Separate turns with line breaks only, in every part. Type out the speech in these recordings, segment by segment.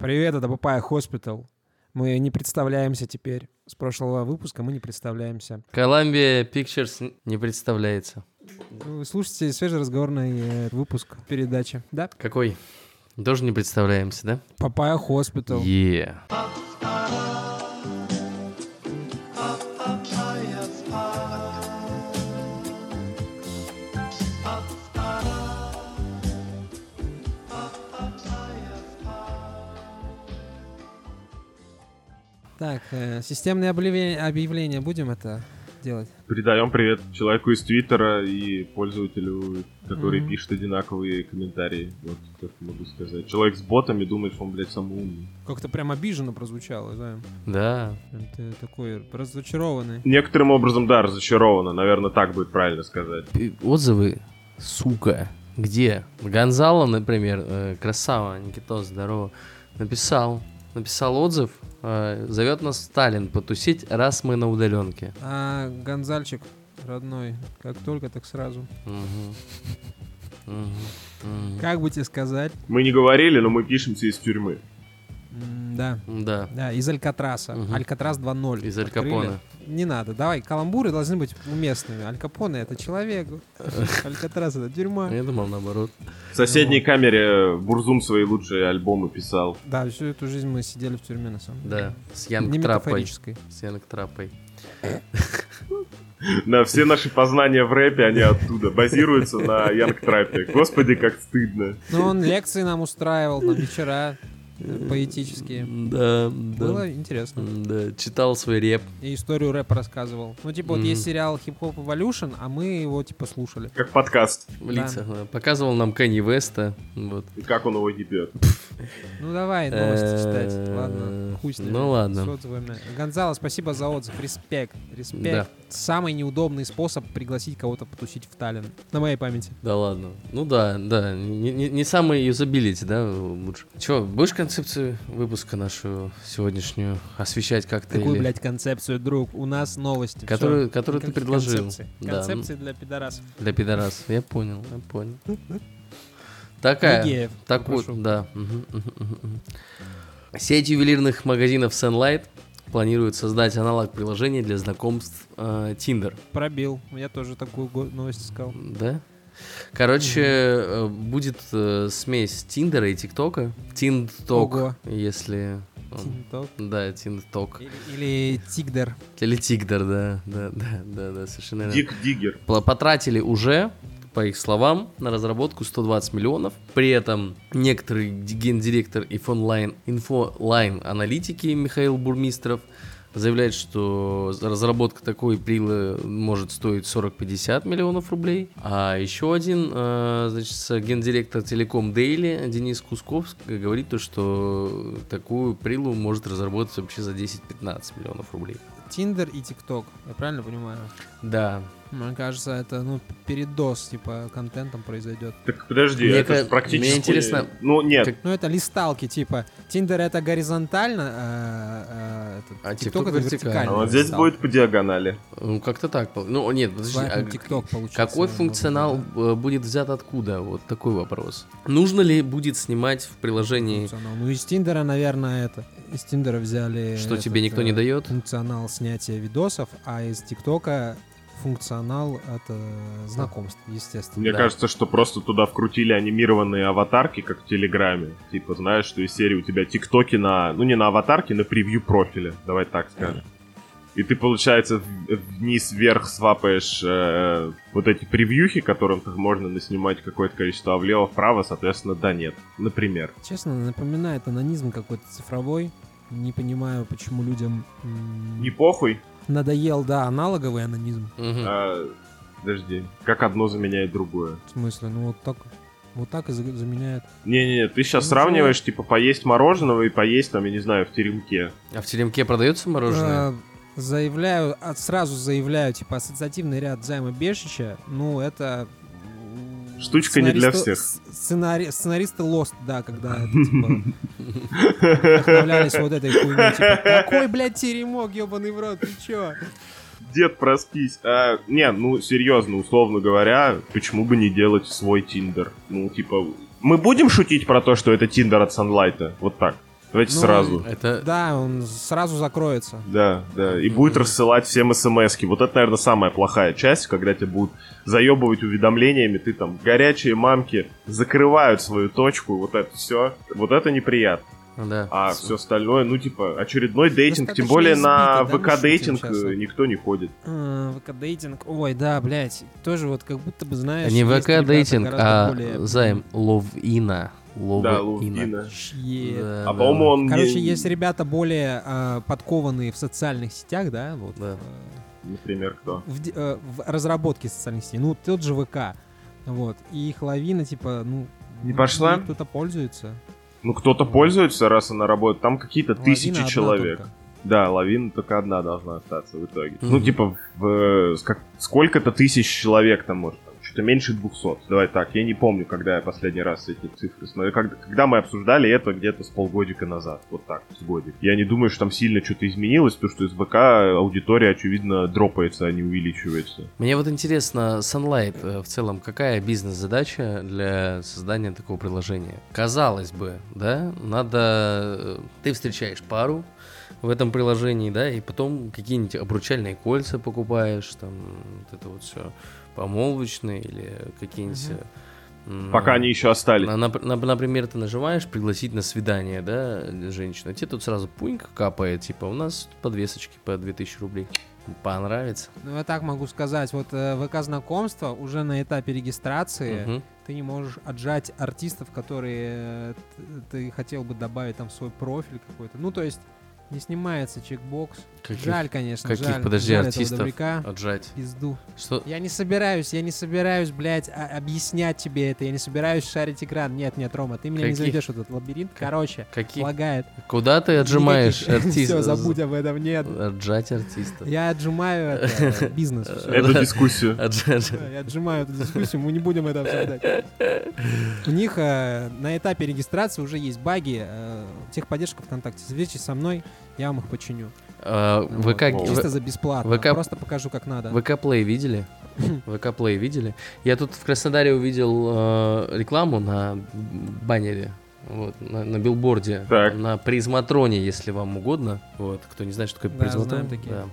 Привет, это Папая Хоспитал. Мы не представляемся теперь. С прошлого выпуска мы не представляемся.
Columbia Pictures не представляется.
Вы слушайте свежеразговорный э, выпуск передачи. Да?
Какой? Тоже не представляемся, да?
Папая Хоспитал.
Е.
Так, э, системные облеве- объявления будем это делать?
Передаем привет человеку из Твиттера и пользователю, который
Мгм.
пишет одинаковые комментарии. Вот так могу сказать. Человек с ботами думает, что он, блядь, самый умный.
Как-то прям обиженно прозвучало, да?
Да.
Прям Ты такой разочарованный.
Некоторым образом, да, разочаровано. Наверное, так будет правильно сказать.
П- Отзывы, сука. Где? Гонзало, например, э, красава, Никитос, здорово, написал, написал отзыв, э, зовет нас Сталин потусить, раз мы на удаленке.
А Гонзальчик, родной, как только, так сразу. Как бы тебе сказать?
Мы не говорили, но мы пишемся из тюрьмы.
М, Да.
Да,
Да, из Алькатраса.
Мгм.
Алькатрас 2.0.
из Аль
Открыли.
Капоне.
Не надо, давай, каламбуры должны быть уместными. Аль Капоне это человек, Алькатрас это тюрьма.
Я думал наоборот.
В
Ну.
соседней камере Бурзум свои лучшие альбомы писал.
Да, всю эту жизнь мы сидели в тюрьме на самом деле.
Да, с
Не
Янг Трапой.
метафорической.
С Янг Трапой.
Да, все наши познания в рэпе, они оттуда, базируются на Янг Трапе. Господи, как стыдно.
Но он лекции нам устраивал, там вечера э, поэтические.
Да, да.
Было интересно.
Да, читал свой реп.
И историю рэпа рассказывал. Ну, типа, вот
Мгм.
есть сериал Hip Hop Evolution, а мы его, типа, слушали.
Как подкаст.
в лицах. да. Показывал нам Кэнни Веста. Вот.
И как он его ебет.
Ну, давай новости читать.
Э,
Ладно, хуй с
ну
ними.
ладно.
С отзывами. Гонзало, спасибо за отзыв. Респект,
Да.
респект. Самый неудобный способ пригласить кого-то потусить в Таллин. На моей памяти.
Да ладно. Ну да, да. Не, не- не самый юзабилити, да, лучше. Че, будешь концепцию выпуска нашу сегодняшнюю освещать как-то?
Какую,
или-
блядь, концепцию, друг? У нас новости.
Которую,
Всё.
которую ты
Кон-
предложил.
Концепции,
Да,
Концепции для пидорасов.
ну, для пидорасов. Я понял, я понял. Такая.
Лигеев,
Так вот,
попрошу.
да. Мгм, мгм, мгм, мгм. Сеть ювелирных магазинов Sunlight планирует создать аналог приложения для знакомств э, Tinder.
Пробил. Я тоже такую го- новость искал.
Да? Короче, э, будет э, смесь Тиндера и ТикТока.
Ого.
Тиндток, если... э,
Тинток.
Да, Тиндток.
Или, или Тигдер.
Или Тигдер, да, да, да, да, да, совершенно верно.
Дик Диггер.
Пла- потратили уже, по их словам, на разработку 120 миллионов. При этом некоторый ди- гендиректор и фонлайн, инфолайн аналитики Михаил Бурмистров заявляет, что за- разработка такой прилы может стоить 40-50 миллионов рублей. А еще один, э, значит, с- гендиректор Телеком Дейли Денис Кусков с- говорит то, что такую прилу может разработать вообще за 10-15 миллионов рублей.
Тиндер и ТикТок. Я правильно понимаю?
Да,
Мне кажется, это, ну, передос, типа, контентом произойдет.
Так подожди,
Мне
это
ка-
ж практически...
мне интересно,
Ну, нет,
как-
Ну, это листалки, типа, Тиндер это горизонтально, а, а, этот,
А
TikTok
TikTok
это
вертикально.
вертикально.
а вот здесь
листалки.
будет по диагонали.
Ну, как-то так. пол- Ну, нет, подожди.
Поэтому
а
TikTok получился,
какой
наверное,
функционал
да.
э, будет взят откуда? Вот такой вопрос. Нужно ли будет снимать в приложении,
Функционал. Ну, из Тиндера, наверное, это. Из Тиндера взяли...
что
этот,
тебе никто не
э,
дает?
Функционал снятия видосов, а из ТикТока функционал это знакомств, естественно.
Мне
Да.
кажется, что просто туда вкрутили анимированные аватарки, как в Телеграме. Типа, знаешь, что из серии у тебя тиктоки на... Ну, не на аватарке, на превью профиля. Давай так скажем. И ты, получается, в- вниз-вверх свапаешь э, вот эти превьюхи, которым ты можно наснимать какое-то количество, а влево-вправо, соответственно, да нет. Например.
Честно, напоминает анонизм какой-то цифровой. Не понимаю, почему людям м,
Не похуй.
надоел, да, аналоговый анонизм.
Мгм.
а, Подожди. Как одно заменяет другое.
В смысле, ну вот так, вот так и за- заменяет.
Не-не-не, ты сейчас
Ну,
сравниваешь, типа, поесть мороженого и поесть, там, я не знаю, в теремке.
А в теремке продается мороженое?
Э, Заявляю, а, сразу заявляю, типа, ассоциативный ряд Займа Бешича, ну, это... м,
Штучка не для
сценаристу-
всех.
с- сценари- сценаристы Lost, да, когда это, типа, вдохновлялись вот этой хуйней, типа, какой, блядь, теремок, ебаный в рот, ты чё?
Дед, проспись. А, не, ну, серьезно, условно говоря, почему бы не делать свой Тиндер? Ну, типа, мы будем шутить про то, что это Тиндер от Санлайта? Вот так. Давайте
Ну,
сразу.
Это
Да, он сразу закроется.
Да, да. И
ну,
будет рассылать всем смс -ки. Вот это, наверное, самая плохая часть, когда тебя будут заебывать уведомлениями, ты там горячие мамки закрывают свою точку, вот это все. Вот это неприятно.
да.
А все остальное, ну, типа, очередной дейтинг, тем
Достаточно
более на
избито, да,
ВК-дейтинг
мы с этим
э,
сейчас.
никто не ходит.
Э,
А, ВК-дейтинг. Ой, да, блядь. Тоже вот как будто бы знаешь...
Не
есть ребята
ВК-дейтинг,
гораздо
а
более-
займ Ловина.
Да,
Ловина.
Лугина.
Чьи-
Да,
А
да.
по-моему, он... не-
Короче, есть ребята более а, подкованные в социальных сетях, да, вот,
Да.
э,
Например, кто?
в, де- э, в разработке социальных сетей, ну, тот же ВК, вот, и их лавина, типа, ну,
Не пошла?
ей кто-то пользуется.
Ну, кто-то пользуется, раз она работает. Там какие-то
Ну, Лавина
тысячи
одна
человек.
только.
Да, лавина только одна должна остаться в итоге.
Мгм.
Ну, типа, в, э, с- как- сколько-то тысяч человек там может. там, Что-то меньше 200. Давай так, я не помню, когда я последний раз эти цифры смотрел. Когда, когда мы обсуждали это где-то с полгодика назад. Вот так, с годик. Я не думаю, что там сильно что-то изменилось, потому что из ВК аудитория, очевидно, дропается, а не увеличивается.
Мне вот интересно, Sunlight э, в целом, какая бизнес-задача для создания такого приложения? Казалось бы, да, надо... э, Ты встречаешь пару в этом приложении, да, и потом какие-нибудь обручальные кольца покупаешь, там, вот это вот все, помолвочные или какие-нибудь...
Мгм.
э, м,
Пока они еще остались.
на- нап- нап- например, ты нажимаешь пригласить на свидание, да, женщину. а Тебе тут сразу пунька капает, типа, у нас подвесочки по 2000 рублей. Понравится.
Ну, я так могу сказать, вот ВК-знакомство уже на этапе регистрации,
Мгм.
ты не можешь отжать артистов, которые э, т- ты хотел бы добавить там в свой профиль какой-то, ну, то есть не снимается чекбокс.
Каких?
Жаль, конечно,
каких,
жаль.
подожди,
Жаль этого
артистов?
добряка.
Отжать.
Пизду.
Что?
Я не собираюсь, я не собираюсь, блядь, а- объяснять тебе это. Я не собираюсь шарить экран. Нет, нет, Рома, ты меня не
Каких?
заведешь в этот лабиринт. Короче,
Какие?
лагает.
Куда ты отжимаешь
Все,
артистов?
забудь об этом, нет.
Отжать артистов.
Я отжимаю это, бизнес. всё.
Эту дискуссию.
Отжать.
Да, Я отжимаю эту дискуссию, мы не будем это обсуждать. У них э, на этапе регистрации уже есть баги. э, Техподдержка ВКонтакте. Свечи со мной, я вам их починю.
А,
Вот.
ВК...
Чисто за бесплатно.
ВК
Просто покажу, как надо.
ВК Плей видели?
Хм.
ВК Плей видели? Я тут в Краснодаре увидел э, рекламу на баннере. Вот, на, на билборде,
Так.
на призматроне, если вам угодно. Вот, кто не знает, что такое
Да,
призматрон.
знаем такие.
да.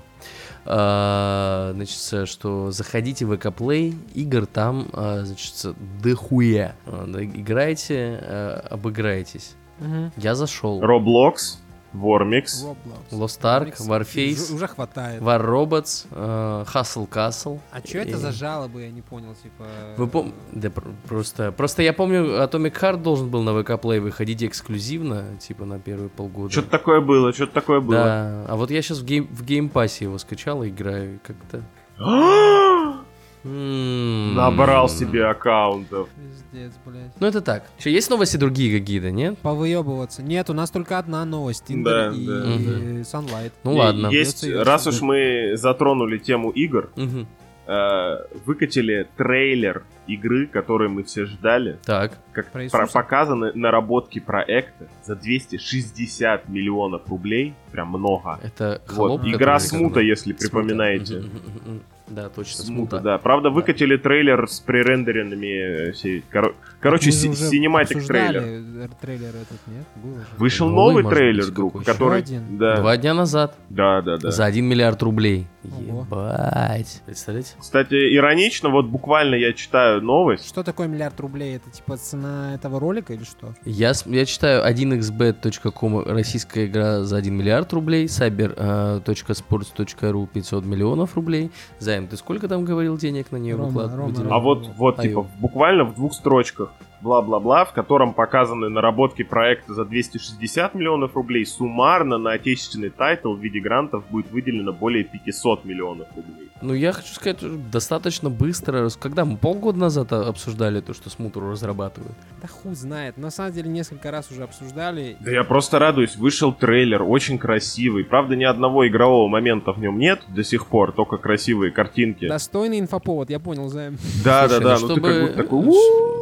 А, значит, э, что заходите в ВК Play, игр там, а, значит, э, дохуя. А, да, Играйте, э, обыграйтесь.
Мгм.
Я зашел.
Roblox, Вормикс.
Roblox.
Lost Ark,
Mix- Уже,
Warface,
уже хватает.
War Robots, э, Hustle Castle.
А что
И-
это за жалобы, я не понял, типа...
Вы пом... Да пр- просто... Просто я помню, Atomic Heart должен был на VK Play выходить эксклюзивно, типа на первые полгода.
Что-то такое было, что-то такое было.
Да, а вот я сейчас в, гейм... в геймпассе его скачал и играю, и как-то... М.
Набрал себе аккаунтов.
Пиздец, блядь.
Ну это так. Еще есть новости другие какие-то, нет?
Повыебываться. Нет, у нас только одна новость. Тиндер
Да,
и
да,
да.
Sunlight.
Ну
И
ладно.
Есть,
Придётся её
раз уж мы затронули тему игр,
Мгм.
э, выкатили трейлер игры, которую мы все ждали,
Так.
как
Про
про-
Иисуса?
показаны наработки проекта за 260 миллионов рублей, прям много.
Это
Вот,
холоп.
игра
который-
Смута, если
Смута.
припоминаете.
Мгм, мгм, мгм. Да, точно,
Смута,
Смута.
да. Правда,
Да.
выкатили трейлер с пререндеренными... э, сей- коро- Короче,
Мы же
си-
уже
синематик
обсуждали
трейлер.
р- Трейлер этот, нет? Был же.
Вышел
Новый,
новый,
может
трейлер,
быть,
друг,
какой-то.
который...
Еще один?
Да,
Два дня назад.
да, да, да.
За 1 миллиард рублей.
Ого.
Ебать. Представляете?
Кстати, иронично, вот буквально я читаю новость.
Что такое миллиард рублей? Это типа цена этого ролика или что?
Я, с- я читаю 1xbet.com российская игра за 1 миллиард рублей, cyber.sports.ru 500 миллионов рублей. Займ, ты сколько там говорил денег на нее
Рома,
выклад-
Рома,
выделял?
А вот, вот,
А
типа,
его.
буквально в двух строчках. Бла-бла-бла, в котором показаны наработки проекта за 260 миллионов рублей. Суммарно на отечественный тайтл в виде грантов будет выделено более 500 миллионов рублей.
Ну, я хочу сказать, что достаточно быстро. раз- Когда мы полгода назад а, обсуждали то, что Смутуру разрабатывают.
Да хуй знает. На самом деле несколько раз уже обсуждали.
Да я просто радуюсь, вышел трейлер, очень красивый. Правда, ни одного игрового момента в нем нет до сих пор, только красивые картинки.
Достойный инфоповод, я понял, Займ.
Да, да,
Слушай,
да,
ну,
ну ты как
чтобы-
будто такой... «У-у-у».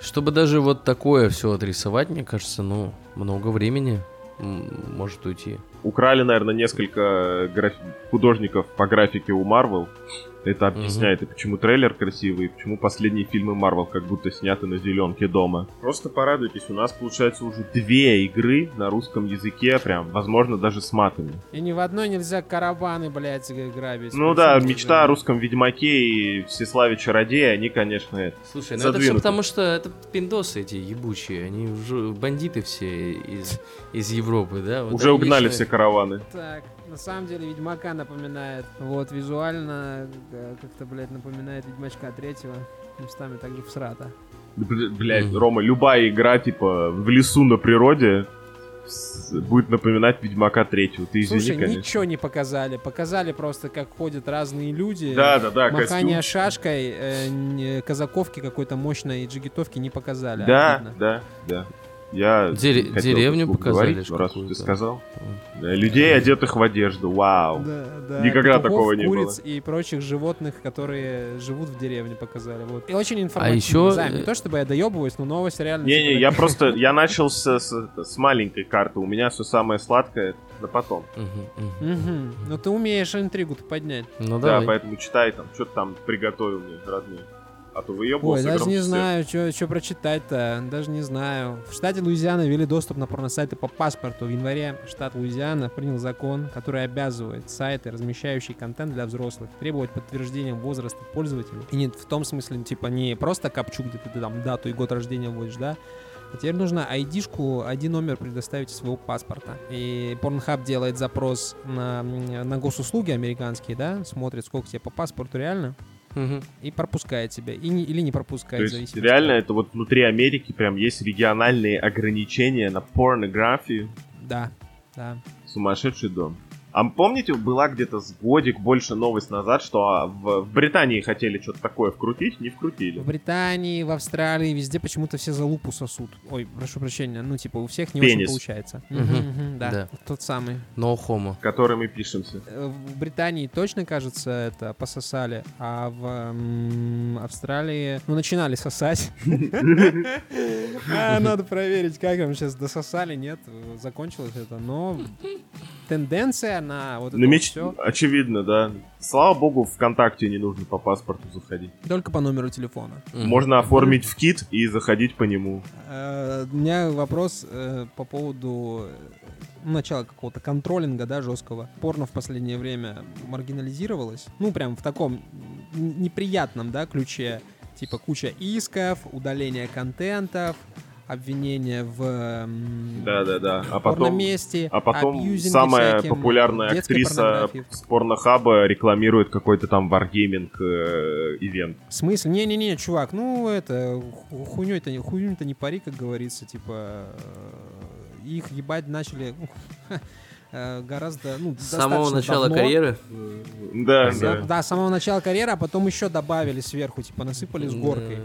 Чтобы даже вот такое все отрисовать, мне кажется, ну, много времени м, может уйти.
э, Украли, наверное, несколько граф- художников по графике у Marvel Это объясняет и почему трейлер красивый, и почему последние фильмы Марвел как будто сняты на зеленке дома. Просто порадуйтесь, у нас получается уже две игры на русском языке, прям, возможно, даже с матами.
И ни в одной нельзя карабаны, блядь, грабить.
Ну да, мечта о русском Ведьмаке и Всеславе Чародея, они, конечно, это.
Слушай, ну это все
Задвинуто.
потому, что это пиндосы эти ебучие, они уже бандиты все из, из Европы, да? Вот
уже
они
угнали
вечно-
все караваны.
Так, на самом деле Ведьмака напоминает. Вот, визуально э, как-то, блядь, напоминает Ведьмачка третьего. Местами также всрата.
Да, бля- Блядь,
Мгм.
Рома, любая игра, типа, в лесу на природе с- будет напоминать Ведьмака третьего. Ты извини,
Слушай,
конечно.
ничего не показали. Показали просто, как ходят разные люди.
Да, да, да,
Махание
костюм.
шашкой, э, не- казаковки какой-то мощной и джигитовки не показали.
Да,
обидно.
да, да. Я
Дере-
хотел
деревню
тут
показали
поговорить,
ж
но раз уж ты
какую-то.
сказал. Да, людей, одетых в одежду. Вау.
Да, да.
Никогда
Петухов,
такого не
куриц и прочих животных, которые живут в деревне, показали. Вот. И очень информативно.
А ещё,
Займ, не
э,
то чтобы я доебываюсь, но новость реально... типа,
Не-не, я
такая.
просто, я начал с, с- с маленькой карты, у меня все самое сладкое на потом.
Мгм, мгм.
Мгм. Ну ты умеешь интригу-то поднять.
Ну
Да,
давай.
поэтому читай там, что ты там приготовил мне, родные. А то
Ой,
выебывался.
даже
громче
не
всех.
знаю, что прочитать-то, даже не знаю. В штате Луизиана ввели доступ на порносайты по паспорту. В январе штат Луизиана принял закон, который обязывает сайты, размещающие контент для взрослых, требовать подтверждения возраста пользователя. И нет, в том смысле, типа, не просто капчу, где ты там дату и год рождения вводишь, да, а Теперь нужно ID-шку, ID-номер предоставить из своего паспорта. И Pornhub делает запрос на, на госуслуги американские, да, смотрит, сколько тебе по паспорту реально,
Мгм.
и пропускает тебя, и не- или не пропускает.
То
в
есть
зависимости
реально это вот внутри Америки прям есть региональные ограничения на порнографию.
Да, да.
Сумасшедший дом. А помните, была где-то с годик больше новость назад, что а, в, в Британии хотели что-то такое вкрутить, не вкрутили.
В Британии, в Австралии, везде почему-то все за лупу сосут. Ой, прошу прощения, ну типа у всех не очень
Пенис.
получается.
Мгм.
Мгм, мгм, да.
Да.
тот самый.
No homo.
В которой мы пишемся.
Э, В Британии точно, кажется, это пососали, а в м, Австралии, ну, начинали сосать. А, Надо проверить, как там сейчас дососали, нет, закончилось это, но тенденция на вот это
Намеч...
все
Очевидно, да. Слава богу, ВКонтакте не нужно по паспорту заходить.
только по номеру телефона.
Мгм.
Можно оформить в кит и заходить по нему.
Э, У меня вопрос э, по поводу э, ну, начала какого-то контролинга, да, жесткого. Порно в последнее время маргинализировалось. Ну, прям в таком м, неприятном, да, ключе. Типа куча исков, удаление контентов, обвинения в... эм, м,
Да-да-да. А
в
потом...
порноместе,
А потом
абьюзинге
самая
всяким,
популярная
детской
актриса
порнографии.
с порнохаба рекламирует какой-то там варгейминг э, ивент.
В смысле? Не-не-не, чувак, ну это ху- хуйней-то не- хуйню-то не пари, как говорится, типа э, их ебать начали ну, э, гораздо, ну,
С самого
достаточно
начала
давно.
карьеры.
Да,
Да, да.
да, с самого начала карьеры, а потом еще добавили сверху, типа насыпали с горкой.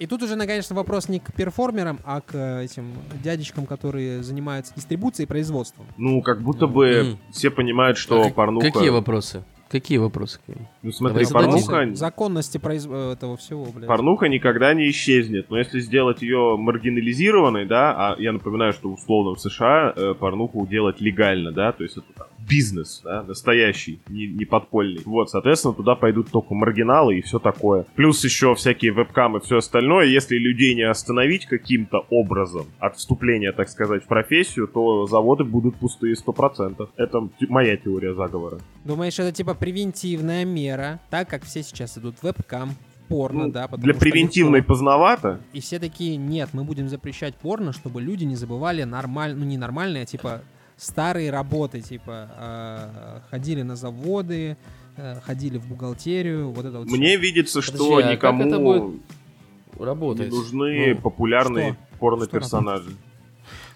И тут уже, на- конечно, вопрос не к перформерам, а к э, этим дядечкам, которые занимаются дистрибуцией и производством.
Ну, как будто бы
Мгм.
все понимают, что
А как-
порнуха...
Какие вопросы? Какие вопросы к ним?
Ну,
Давай
смотри,
зададим.
порнуха...
Законности произ- э, этого всего, блядь.
Порнуха никогда не исчезнет, но если сделать ее маргинализированной, да, а я напоминаю, что условно в США э, порнуху делать легально, да, то есть это там бизнес, да, настоящий, не, не подпольный. Вот, соответственно, туда пойдут только маргиналы и все такое. Плюс еще всякие вебкамы и все остальное. Если людей не остановить каким-то образом от вступления, так сказать, в профессию, то заводы будут пустые 100%. Это те- моя теория заговора.
Думаешь, это типа превентивная мера, так как все сейчас идут в вебкам, в порно,
Ну,
да? потому
Для
что
превентивной
легко.
поздновато,
И все такие, нет, мы будем запрещать порно, чтобы люди не забывали нормально, ну не нормальные, а типа старые работы, типа э, ходили на заводы, э, ходили в бухгалтерию, вот это вот. всё.
Мне видится, что
Подожди, а как
никому
это будет Работает.
не нужны
Ну.
популярные
Что
порно-персонажи.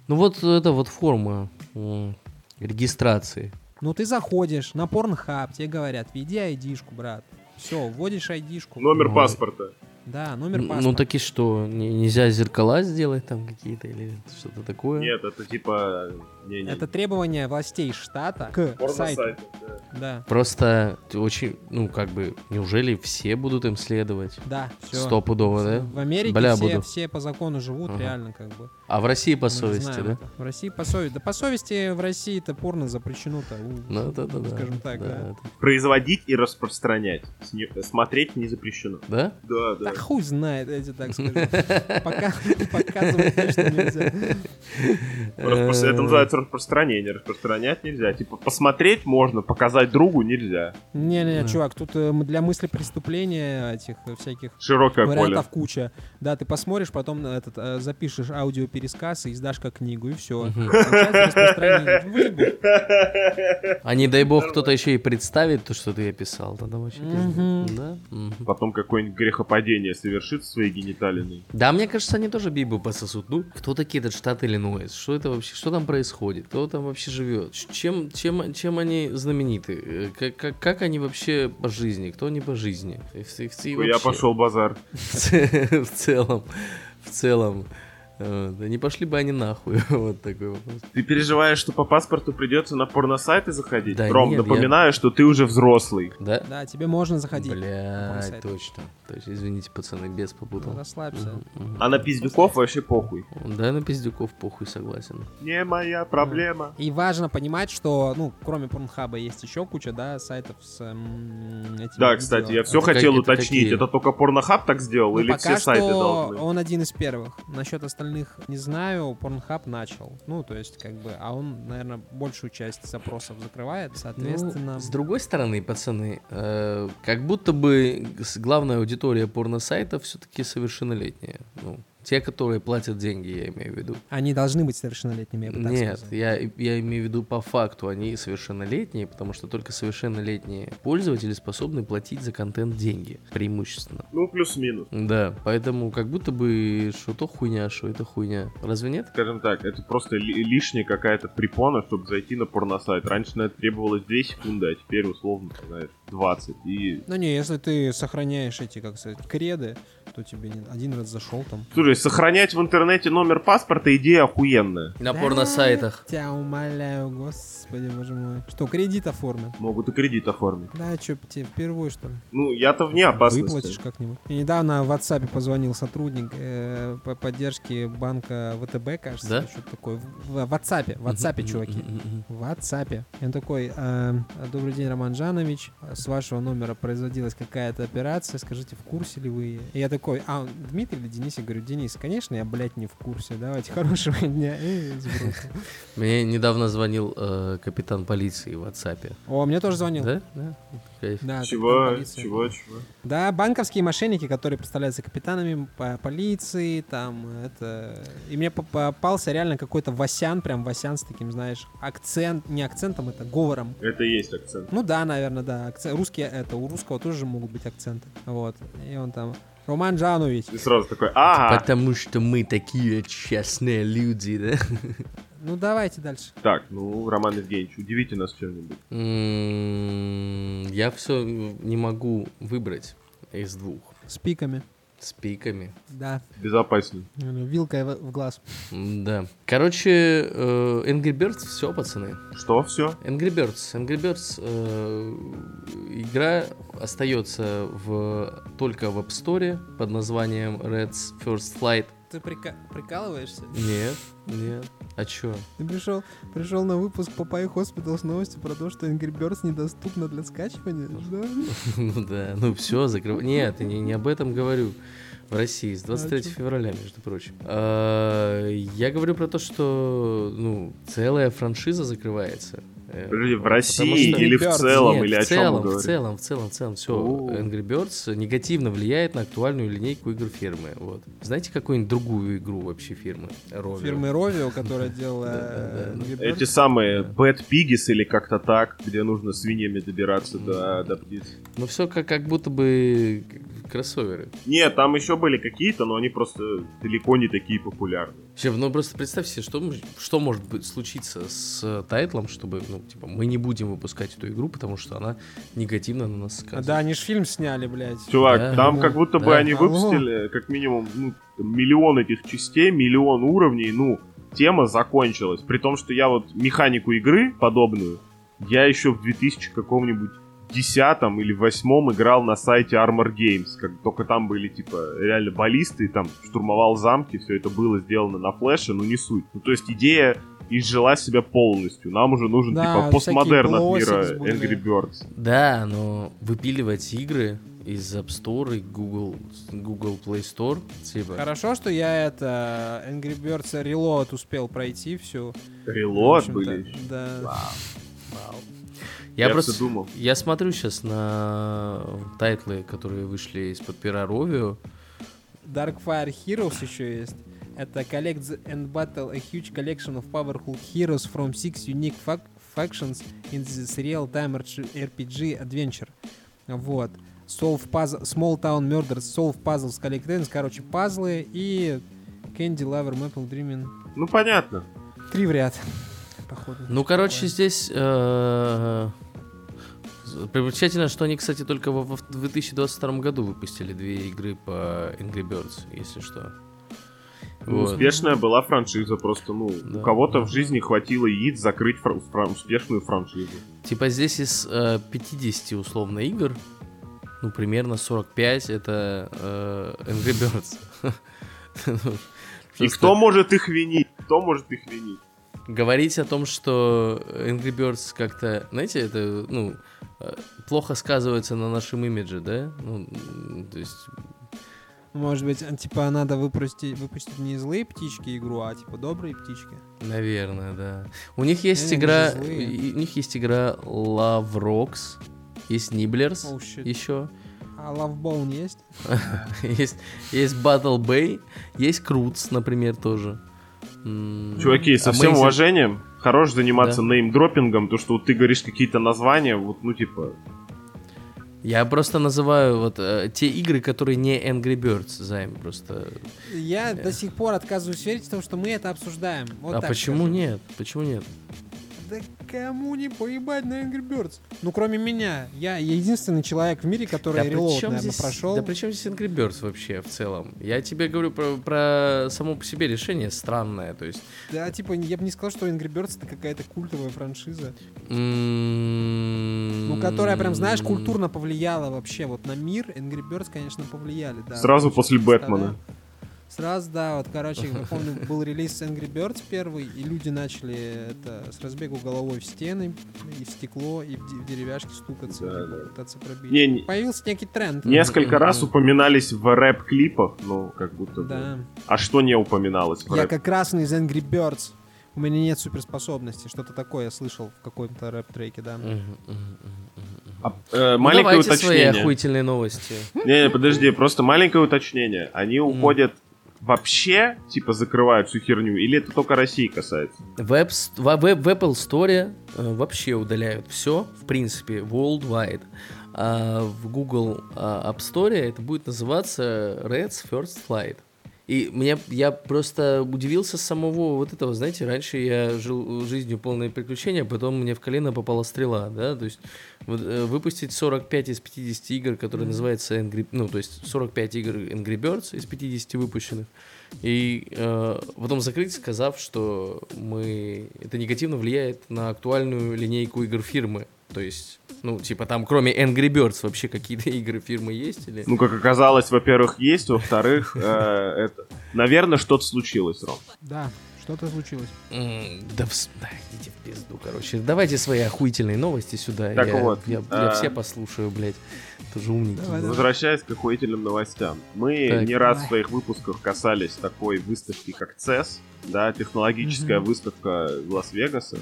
Ну вот это вот форма м, регистрации.
Ну ты заходишь на порнхаб, тебе говорят, введи айдишку, брат. Все, вводишь айдишку.
Номер
Ну,
паспорта.
Да, номер паспорта.
Ну так и что, не- нельзя зеркала сделать там какие-то или что-то такое?
Нет, это типа... Не, не.
Это требование властей штата к сайту.
порно-сайты. да.
Да,
Просто очень, ну как бы, неужели все будут им следовать?
да, все.
Стопудово, да?
В Америке
Бля,
все,
буду.
все по закону живут,
Ага.
реально, как бы.
А в России по
Мы же
совести,
знаем
да?
это. В России по совести. Да по совести в России-то порно запрещено-то. у-
Ну, да, да, да.
Скажем так, да.
это-
Производить и распространять. С не- Смотреть не запрещено.
Да?
Да,
Да хуй знает, я тебе так скажу. Пока показывать точно нельзя.
Распро- Это называется распространение. Распространять нельзя. Типа посмотреть можно, показать другу нельзя.
Не-не-не,
Да.
чувак, тут э, м- для мысли преступления этих э, всяких
Широкое поле.
вариантов куча. Да, ты посмотришь, потом на этот э, запишешь аудиопересказ и издашь как книгу, и все.
Мгм.
Выбор.
А не дай бог, кто-то еще и представит то, что ты описал. Тогда вообще
Мгм.
пиздец. Да? Мгм.
Потом какое-нибудь грехопадение совершит своей гениталиной.
Да, мне кажется, они тоже Библию пососут. Ну, кто такие этот штат Иллинойс? Что это вообще? Что там происходит? Кто там вообще живет? Ч- Чем, чем, чем они знамениты? Э, Как, как, как они вообще по жизни? Кто они по жизни? И в- и в- и
Ну, Я
вообще.
пошел базар.
В целом, в целом. э, Да не пошли бы они нахуй. Вот такой вопрос.
Ты переживаешь, что по паспорту придется на порносайты заходить?
Да
Ром,
нет, я-
напоминаю, что ты уже взрослый.
Да?
Да, тебе можно заходить.
Блядь,
порносайты.
точно. точно. Извините, пацаны, без попутал.
Расслабься.
Мгм.
А на пиздюков вообще похуй.
Да, на пиздюков похуй согласен.
Не моя проблема.
И важно понимать, что, ну, кроме Порнхаба есть еще куча, да, сайтов с эм, этими
Да,
видео.
кстати, я все
Это какие-
хотел
это
уточнить.
какие?
Это только порнохаб так сделал
Ну,
или
пока
все сайты
что
должны?
он один из первых. Насчет остальных не знаю. Порнхаб начал. Ну, то есть, как бы, а он, наверное, большую часть запросов закрывает, соответственно.
Ну, с другой стороны, пацаны, э, как будто бы с- главная аудитория порносайтов все-таки совершеннолетняя. Ну, те, которые платят деньги, я имею в виду.
Они должны быть совершеннолетними, я бы так
Нет,
сказал.
я, я имею в виду по факту, они совершеннолетние, потому что только совершеннолетние пользователи способны платить за контент деньги, преимущественно.
Ну, плюс-минус.
Да, поэтому как будто бы что то хуйня, что это хуйня. Разве нет?
Скажем так, это просто ли- лишняя какая-то препона, чтобы зайти на порносайт. Раньше на это требовалось 2 секунды, а теперь условно, там, знаешь, 20. И...
Ну не, если ты сохраняешь эти, как сказать, креды, то тебе не- один раз зашел там.
Слушай, сохранять в интернете номер паспорта идея охуенная.
На
Да,
порносайтах.
Тебя умоляю, господи, боже мой. Что, кредит оформил?
Могут и кредит оформить.
Да, что, тебе впервые, что ли?
Ну, я-то вне опасности.
Выплатишь как-нибудь. И недавно в WhatsApp позвонил сотрудник э, по поддержке банка ВТБ, кажется,
Да?
что-то такое. В, в WhatsApp, в WhatsApp, чуваки. В WhatsApp. И он такой, «Э, добрый день, Роман Жанович, с вашего номера производилась какая-то операция, скажите, в курсе ли вы? ее?» И я такой, а, Дмитрий или Денис? Я говорю, Денис, конечно, я, блядь, не в курсе, давайте хорошего дня. И сбросил.
Мне недавно звонил э, капитан полиции в WhatsApp.
О, мне тоже звонил.
Да? Да. Кайф.
Да,
Чего,
капитан полиции.
чего, чего?
Да, банковские мошенники, которые представляются капитанами по- полиции, там это. И мне по- попался реально какой-то Васян, прям Васян с таким, знаешь, акцент, не акцентом, это говором.
Это и есть акцент.
Ну да, наверное, да. акцент- Русские это, у русского тоже могут быть акценты. Вот. И он там. Роман Жанович.
И сразу такой, ага,
Потому что мы такие честные люди, да?
Ну давайте дальше.
так, ну, Роман Евгеньевич, удивите нас чем-нибудь.
М, М-м, Я все не могу выбрать из двух.
С пиками.
С пиками.
Да.
Безопасней.
Вилкой в, в глаз.
Да. Короче, э, Angry Birds все, пацаны.
Что, все?
Angry Birds. Angry Birds э, игра остается в, только в App Store под названием Red's First Flight.
Ты прикалываешься?
Нет, нет. А чё?
Ты пришел, пришел на выпуск Папай Хоспитал с новостью про то, что Angry Birds недоступна для скачивания? Да?
Ну да, ну все, закрывай. Нет, я не, не об этом говорю. В России с 23
А чё?
февраля, между прочим. А, Я говорю про то, что ну, целая франшиза закрывается. Э,
Подожди, в
потому
России
что-
или в
Birds.
целом,
Нет,
или
в
о чем
целом,
мы
В
говорим?
целом, в целом, в целом, все.
О.
Angry Birds негативно влияет на актуальную линейку игр фирмы. Вот. Знаете какую-нибудь другую игру вообще фирмы? Rover.
Фирмы Ровио, которая делала
Да-да-да.
э, Angry Birds.
Эти самые Bad Piggies или как-то так, где нужно свиньями добираться до, до птиц.
Ну все как, как будто бы кроссоверы.
Нет, там еще были какие-то, но они просто далеко не такие популярные.
Вообще, ну просто представь себе, что, мож- что может быть, случиться с э, тайтлом, чтобы, ну, типа, мы не будем выпускать эту игру, потому что она негативно на нас
А,
сказывается.
Да, они ж фильм сняли, блядь.
Чувак,
Да.
там
Ну,
как будто бы
да.
они
Алло.
выпустили как минимум ну, там миллион этих частей, миллион уровней, ну, тема закончилась. При том, что я вот механику игры подобную, я еще в 2000 каком-нибудь десятом или восьмом играл на сайте Armor Games. Как, только там были, типа, реально баллисты, там штурмовал замки, все это было сделано на флеше, но не суть. Ну, то есть идея изжила себя полностью. Нам уже нужен,
Да,
типа,
всякие
постмодерн от мира
плосики с бурными.
Angry Birds.
Да, но выпиливать игры из App Store и Google, Google Play Store, типа...
Хорошо, что я это Angry Birds Reload успел пройти всю. В
Reload
общем-то,
были еще.
Да.
Я,
Я
просто
всё думал.
Я смотрю сейчас на тайтлы, которые вышли из-под пера Rovio.
Darkfire Heroes еще есть. Это Collect the- and Battle a huge collection of powerful heroes from six unique fac- factions in this real-time RPG adventure. Вот. Solve puzzle, small Town Murders, Solve Puzzles, Collect Ends, короче, пазлы и Candy Lover, Maple Dreaming.
Ну, понятно.
Три в ряд, походу.
Ну, короче, здесь... э, Примечательно, что они, кстати, только во- в 2022 году выпустили две игры по Angry Birds, если что.
Ну,
Вот.
Успешная была франшиза, просто, ну,
Да.
у кого-то в жизни хватило яиц закрыть фра- фра- успешную франшизу.
Типа здесь из э, 50 условно игр, ну, примерно 45 это э, Angry Birds.
И
Просто-
кто может их винить? Кто может их винить?
говорить о том, что Angry Birds как-то, знаете, это, ну, э, плохо сказывается на нашем имидже, да? Ну, м, то есть,
Может быть, а, типа, надо выпустить, выпустить не злые птички игру, а типа добрые птички.
наверное, да. У них есть
Не, они
игра,
же злые.
и- у них есть игра Love Rocks, есть Nibblers
Oh, shit.
еще,
А Lovebone есть?
есть, есть Battle Bay, есть Крутс, например, тоже. М, а
Чуваки, со всем
Amazing-
уважением, хорош заниматься
Да.
неймдропингом, то, что вот ты говоришь какие-то названия, вот, ну, типа,
Я просто называю вот э, те игры, которые не Angry Birds, займ, просто
Я до сих пор отказываюсь верить в том, что мы это обсуждаем. Вот
Э. а
так
почему
скажу.
нет? Почему нет?
Да кому не поебать на Angry Birds? Ну, кроме меня. Я единственный человек в мире, который
при
релоуд,
чём
наверное,
здесь,
прошел.
Да при чём здесь Angry Birds вообще в целом? Я тебе говорю про, про само по себе решение странное. То есть,
Да, типа, я бы не сказал, что Angry Birds это какая-то культовая франшиза.
ну,
Ну, которая прям, знаешь, культурно повлияла вообще вот на мир. Angry Birds, конечно, повлияли, да.
Сразу
Вообще,
после
просто,
Бэтмена.
да. Сразу, да, вот, короче, я помню, был релиз Angry Birds первый, и люди начали это с разбегу головой в стены, и в стекло, и в, де- в деревяшки стукаться,
Да,
типа,
да.
пытаться пробить.
Не, не-
Появился некий тренд.
несколько
Мгм.
раз упоминались в рэп-клипах, ну, как будто бы.
Да.
А что не упоминалось в
Я
рэп?
как красный из Angry Birds. У меня нет суперспособности. Что-то такое я слышал в каком-то рэп-треке, да.
А, э,
Ну,
маленькое
давайте свои
уточнение.
охуительные новости.
Не, не, подожди, просто маленькое уточнение. Они уходят вообще, типа, закрывают всю херню, или это только России касается?
В, App St- в, в- в Apple Store э, вообще удаляют все, в принципе, worldwide. А в Google а, App Store это будет называться Red's First Flight. И мне, я просто удивился самого вот этого, знаете, раньше я жил жизнью полное приключения, потом мне в колено попала стрела, да, то есть вот, э, выпустить 45 из 50 игр, которые называются Angry, ну, то есть 45 игр Angry Birds из 50 выпущенных, и э, потом закрыть, сказав, что мы это негативно влияет на актуальную линейку игр фирмы. То есть, ну, типа там кроме Angry Birds вообще какие-то игры фирмы есть или?
Ну, как оказалось, во-первых, есть, во-вторых, э, это... Наверное, что-то случилось, Ром.
Да, что-то случилось.
М, да, в... с- да, идите в пизду, короче. Давайте свои охуительные новости сюда.
Так
я,
вот,
я,
а.
я все послушаю, блядь. Тоже умники.
Давай, давай.
Возвращаясь к охуительным новостям, мы
Так.
не раз
Давай.
в своих выпусках касались такой выставки, как CES, да, технологическая
Мгм.
выставка Лас-Вегаса,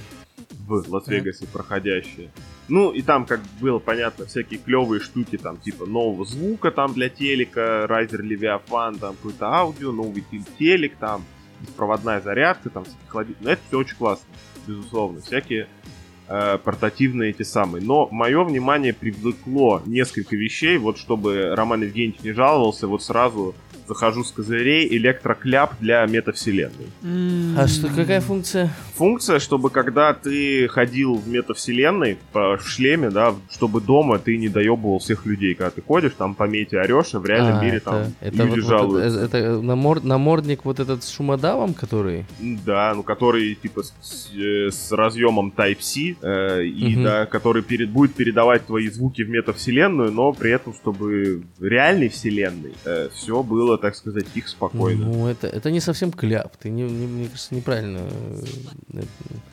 в Лас-Вегасе проходящая. Ну, и там, как было понятно, всякие клевые штуки, там, типа нового звука там для телека, райдер Левиафан, там, какое-то аудио, новый тел- телек, там, беспроводная зарядка, там, всякие холоди- Ну, это все очень классно, безусловно, всякие э, портативные эти самые. Но мое внимание привлекло несколько вещей, вот чтобы Роман Евгеньевич не жаловался, вот сразу захожу с козырей, электрокляп для метавселенной.
А что, какая функция?
Функция, чтобы когда ты ходил в метавселенной по в шлеме, да, чтобы дома ты не доебывал всех людей, когда ты ходишь, там по мете орешь, а в реальном
А,
мире
это-
там
это
люди
вот- вот
жалуются.
это- это намор- намордник вот этот с шумодавом, который...
Да, ну который типа с- с, э, с разъемом Type-C, э, и
Мгм.
да, который перед, будет передавать твои звуки в метавселенную, но при этом, чтобы в реальной вселенной все было, так сказать, их спокойно.
Ну, это, это не совсем кляп. Ты, не, не- мне кажется, неправильно... э,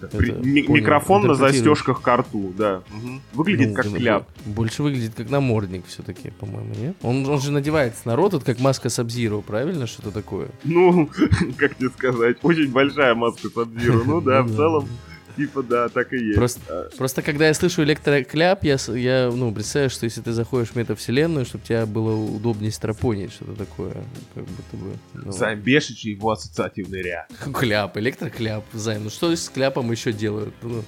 это
При- ми-
понял,
микрофон на
интерпретируешь.
застежках карту, да. Мгм. Выглядит
Ну,
как
блин,
кляп.
Больше выглядит как намордник все-таки, по-моему, нет? Он, он же надевается на рот, вот как маска Сабзиру, правильно? Что-то такое.
Ну, как тебе сказать, очень большая маска Сабзиру. Ну да, в целом, типа да, так и есть.
Просто, просто когда я слышу электрокляп, я, с- я ну, представляю, что если ты заходишь в метавселенную, чтобы тебя было удобнее стропонить, что-то такое. Как будто бы. ну,
Займбешич и его ассоциативный ряд.
Кляп, электрокляп, займ. Ну что с кляпом еще делают? Ну,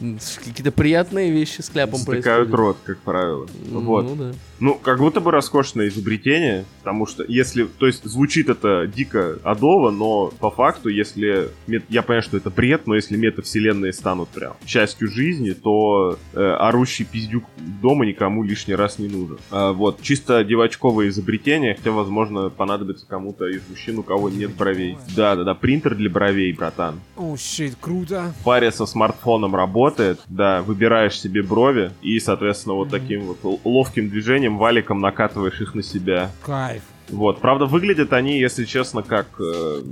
м, с- какие-то приятные вещи с кляпом
Стыкают
происходят.
рот, как правило.
Ну,
вот.
Ну да.
Ну, как будто бы роскошное изобретение, потому что если... То есть звучит это дико адово, но по факту, если... мет- Я понимаю, что это бред, но если метавселенные станут прям частью жизни, то э, орущий пиздюк дома никому лишний раз не нужен. А, вот, чисто девочковое изобретение, хотя, возможно, понадобится кому-то из мужчин, у кого нет бровей. Да-да-да, принтер для бровей, братан.
О, щит, круто.
В паре со смартфоном работает, да, выбираешь себе брови и, соответственно, вот таким вот л- ловким движением, валиком накатываешь их на себя.
Кайф.
Вот, правда, выглядят они, если честно, как э,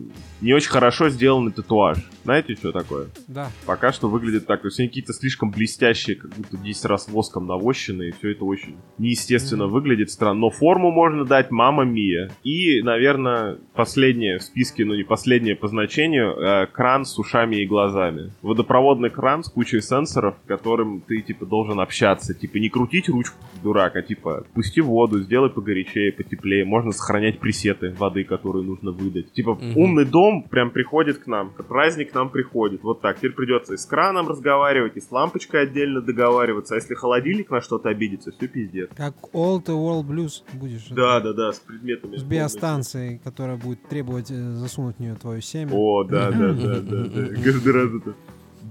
не очень хорошо сделанный татуаж. Знаете, что такое?
Да.
Пока что выглядит так, то есть они какие-то слишком блестящие, как будто 10 раз воском навощенные, и все это очень неестественно выглядит странно. Но форму можно дать мама Мия. И, наверное, последнее в списке, но не последнее по значению, э, кран с ушами и глазами. Водопроводный кран с кучей сенсоров, которым ты, типа, должен общаться. Типа, не крутить ручку, как дурак, а, типа, пусти воду, сделай погорячее, потеплее. Можно сохранять пресеты воды, которые нужно выдать. Типа,
Мгм.
умный умный дом прям приходит к нам. Праздник к нам приходит. Вот так. Теперь придется и с краном разговаривать, и с лампочкой отдельно договариваться. А если холодильник на что-то обидится, все пиздец.
Как All the World Blues будешь.
Да, да, да, с предметами.
С биостанцией, которая будет требовать э, засунуть в нее твое семя.
О, да, да, да, да, да. Каждый раз это.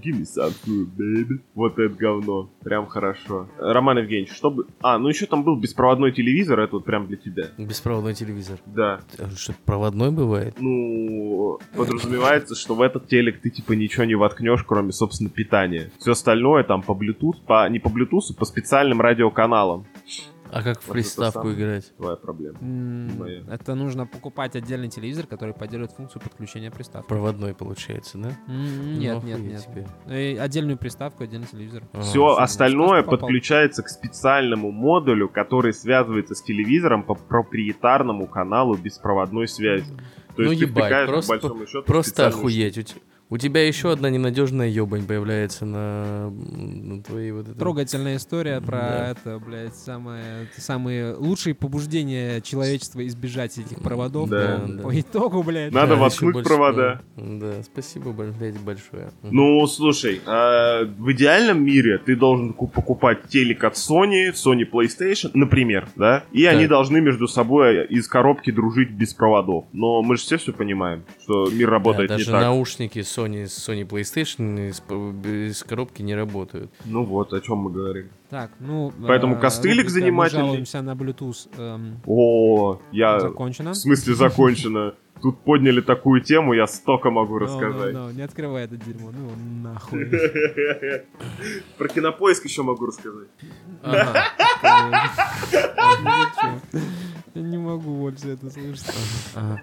Give me some food, baby. Вот это говно. Прям хорошо. Роман Евгеньевич, чтобы... А, ну еще там был беспроводной телевизор, это вот прям для тебя.
Беспроводной телевизор.
Да.
А Что, проводной бывает?
ну, подразумевается, что в этот телек ты типа ничего не воткнешь, кроме, собственно, питания. Все остальное там по Bluetooth, по, не по Bluetooth, а по специальным радиоканалам.
А как в
Вот это
приставку
самое.
играть?
Твоя проблема.
М,
Моя.
Это нужно покупать отдельный телевизор, который поддерживает функцию подключения приставки.
Проводной получается, да?
М,
Ну,
Нет,
охуеть
нет, нет.
тебе.
И отдельную приставку, отдельный телевизор.
А,
Все
всё,
остальное
просто попал.
подключается к специальному модулю, который связывается с телевизором по проприетарному каналу беспроводной связи. То
Ну
есть ты
ебать,
втыкаешь, по
просто-
большому счету,
Просто
специальную
охуеть. У те- У тебя еще одна ненадежная ебань появляется на, м, на твоей вот этой...
Трогательная история про
Да.
это, блядь, самое, это самые лучшие побуждения человечества избежать этих проводов. Э,
Да,
По
да.
итогу, блядь.
Надо
ещё
воткнуть
больше,
провода.
Да, Да, спасибо, бо- блядь, большое.
Ну, слушай, а, в идеальном мире ты должен ку- покупать телек от Sony, Sony PlayStation, например, да? И они
Так.
должны между собой э, из коробки дружить без проводов. Но мы же все все понимаем, что мир работает
Да,
не
даже
так.
наушники Sony, Sony PlayStation из, п- из коробки не работают.
Ну вот, о чем мы говорим.
Так, ну...
Поэтому
э,
костылик
рубрика «Мы
занимательный». А,
жалуемся на Bluetooth эм,
О, я...
закончена.
В смысле закончено? Тут подняли такую тему, я столько
No,
могу
no,
рассказать.
no, не открывай это дерьмо, ну его нахуй.
Про кинопоиск еще могу рассказать.
Ага,
Я не могу больше это слышать.
ага.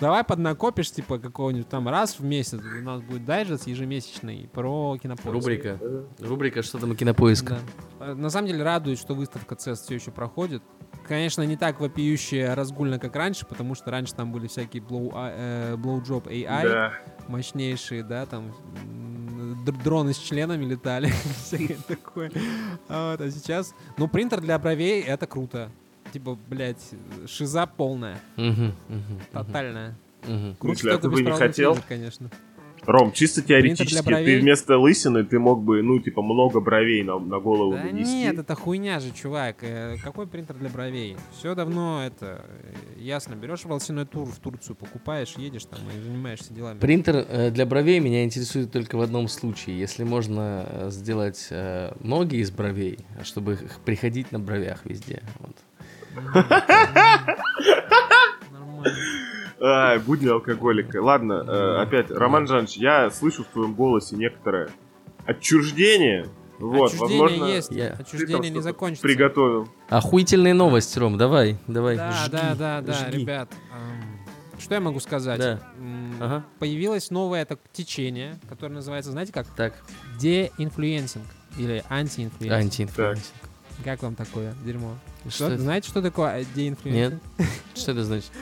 Давай поднакопишь, типа, какого-нибудь там раз в месяц. У нас будет дайджест ежемесячный про кинопоиск.
Рубрика. Рубрика «Что там у кинопоиска?»
Да. Э, На самом деле радует, что выставка CES все еще проходит. Конечно, не так вопиюще разгульно, как раньше, потому что раньше там были всякие blow, а, э, blowjob AI
Да.
мощнейшие, да, там м, др- дроны с членами летали, всякое такое. А вот, а сейчас, ну, принтер для бровей — это круто. Типа, блядь, шиза полная,
Мгм, мгм,
тотальная.
мгм.
Круче
Если
только
этого а не
беспроводный
хотел.
телевизор, конечно.
Ром, чисто теоретически,
бровей?
ты вместо лысины ты мог бы, ну, типа, много бровей на, на голову
Да
нанести.
нет, это хуйня же, чувак. Э, Какой принтер для бровей? Все давно это э, ясно. Берешь волосяной тур в Турцию, покупаешь, едешь там и занимаешься делами.
Принтер э, для бровей меня интересует только в одном случае. Если можно э, сделать э, ноги из бровей, чтобы их приходить на бровях везде. Вот.
Нормально.
А, будни алкоголика. Ладно, э, опять, Роман Жанович, я слышу в твоем голосе некоторое отчуждение. Вот,
Отчуждение
возможно,
есть,
я-
ты там
отчуждение не
что-то
закончится.
Приготовил.
Охуительные новости, Ром, давай, давай.
Да,
жги,
да, да, да,
жги.
ребят. эм, Что я могу сказать?
Да.
М,
Ага.
Появилось новое так, течение, которое называется, знаете как?
Так,
Деинфлюенсинг или антиинфлюенсинг.
антиинформация.
Как вам такое дерьмо?
Что
Что-
это?
знаете, что такое а, деинфлюенсинг?
Нет. Что это значит?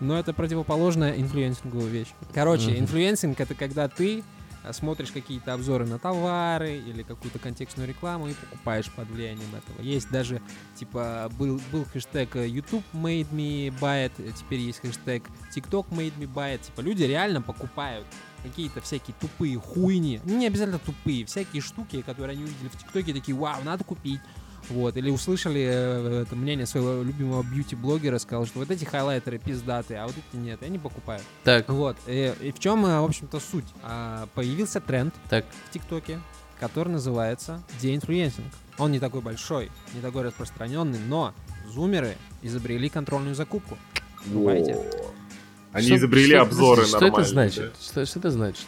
Но это противоположная инфлюенсинговая вещь. Короче,
Мгм.
инфлюенсинг это когда ты а, смотришь какие-то обзоры на товары или какую-то контекстную рекламу и покупаешь под влиянием этого. Есть даже, типа, был, был хэштег э, YouTube made me buy it, э, теперь есть хэштег TikTok made me buy it. Типа, люди реально покупают какие-то всякие тупые хуйни, Ну, не обязательно тупые, всякие штуки, которые они увидели в ТикТоке, такие, вау, надо купить. Вот, или услышали э, это мнение своего любимого бьюти-блогера, сказал, что вот эти хайлайтеры пиздатые, а вот эти нет, я не покупаю.
Так,
Вот, э, и в чем, э, в общем-то, суть? А, Появился тренд
так.
в ТикТоке, который называется деинфлюенсинг. Он не такой большой, не такой распространенный, но зумеры изобрели контрольную закупку. Покупаете?
Во. Они
Что-
изобрели
что-
обзоры
подожди, Что это
нормальные,
значит? Что, что это значит?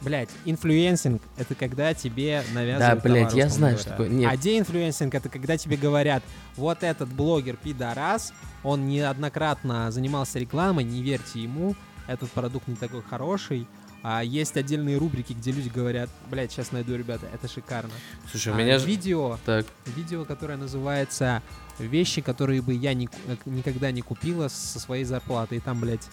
Блять, инфлюенсинг — это когда тебе
Да,
навязывают
блядь,
товар,
я
условно
знаю,
говоря.
что такое. Нет.
А деинфлюенсинг — это когда тебе говорят, вот этот блогер пидорас, он неоднократно занимался рекламой, не верьте ему, этот продукт не такой хороший. А есть отдельные рубрики, где люди говорят, блядь, сейчас найду, ребята, это шикарно.
Слушай, у
А
меня же...
Видео,
Так,
видео, которое называется «Вещи, которые бы я ни- э, никогда не купила со своей зарплаты». И там, блядь,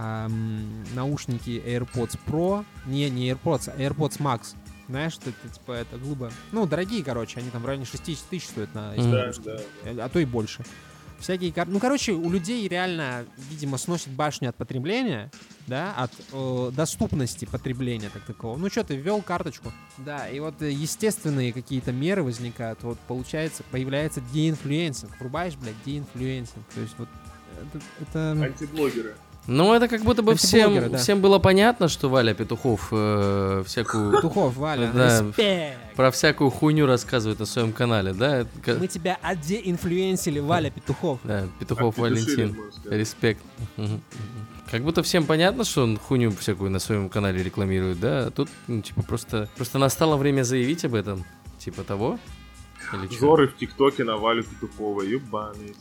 ам, наушники AirPods Pro. Не, не AirPods, а AirPods Max. Знаешь, что это, типа, это глупо. Ну, дорогие, короче, они там в районе 60 тысяч стоят, на, если
Мгм.
Да,
на русском.
да.
Э, а то и больше. Всякие кар- Ну, короче, у людей реально, видимо, сносит башню от потребления, да, от э, доступности потребления так такого. Ну, что ты ввел карточку. Да, и вот э, естественные какие-то меры возникают. Вот получается, появляется деинфлюенсинг. Врубаешь, блядь, деинфлюенсинг. То есть вот э, это... это-
Антиблогеры.
ну это как будто бы всем,
Антиблогеры, да.
всем было понятно, что Валя Петухов э, всякую...
Петухов, Валя,
Да.
респект!
Про всякую хуйню рассказывает на своем канале, да? Это ка-
Мы тебя одеинфлюенсили, Валя Петухов.
Да, Петухов Валентин.
Валентин.
Респект. Мгм, мгм. Как будто всем понятно, что он хуйню всякую на своем канале рекламирует, да? А Тут, ну, типа, просто, просто настало время заявить об этом. Типа того? Или чё?
Обзоры в ТикТоке на Валю Петухова, ебаные.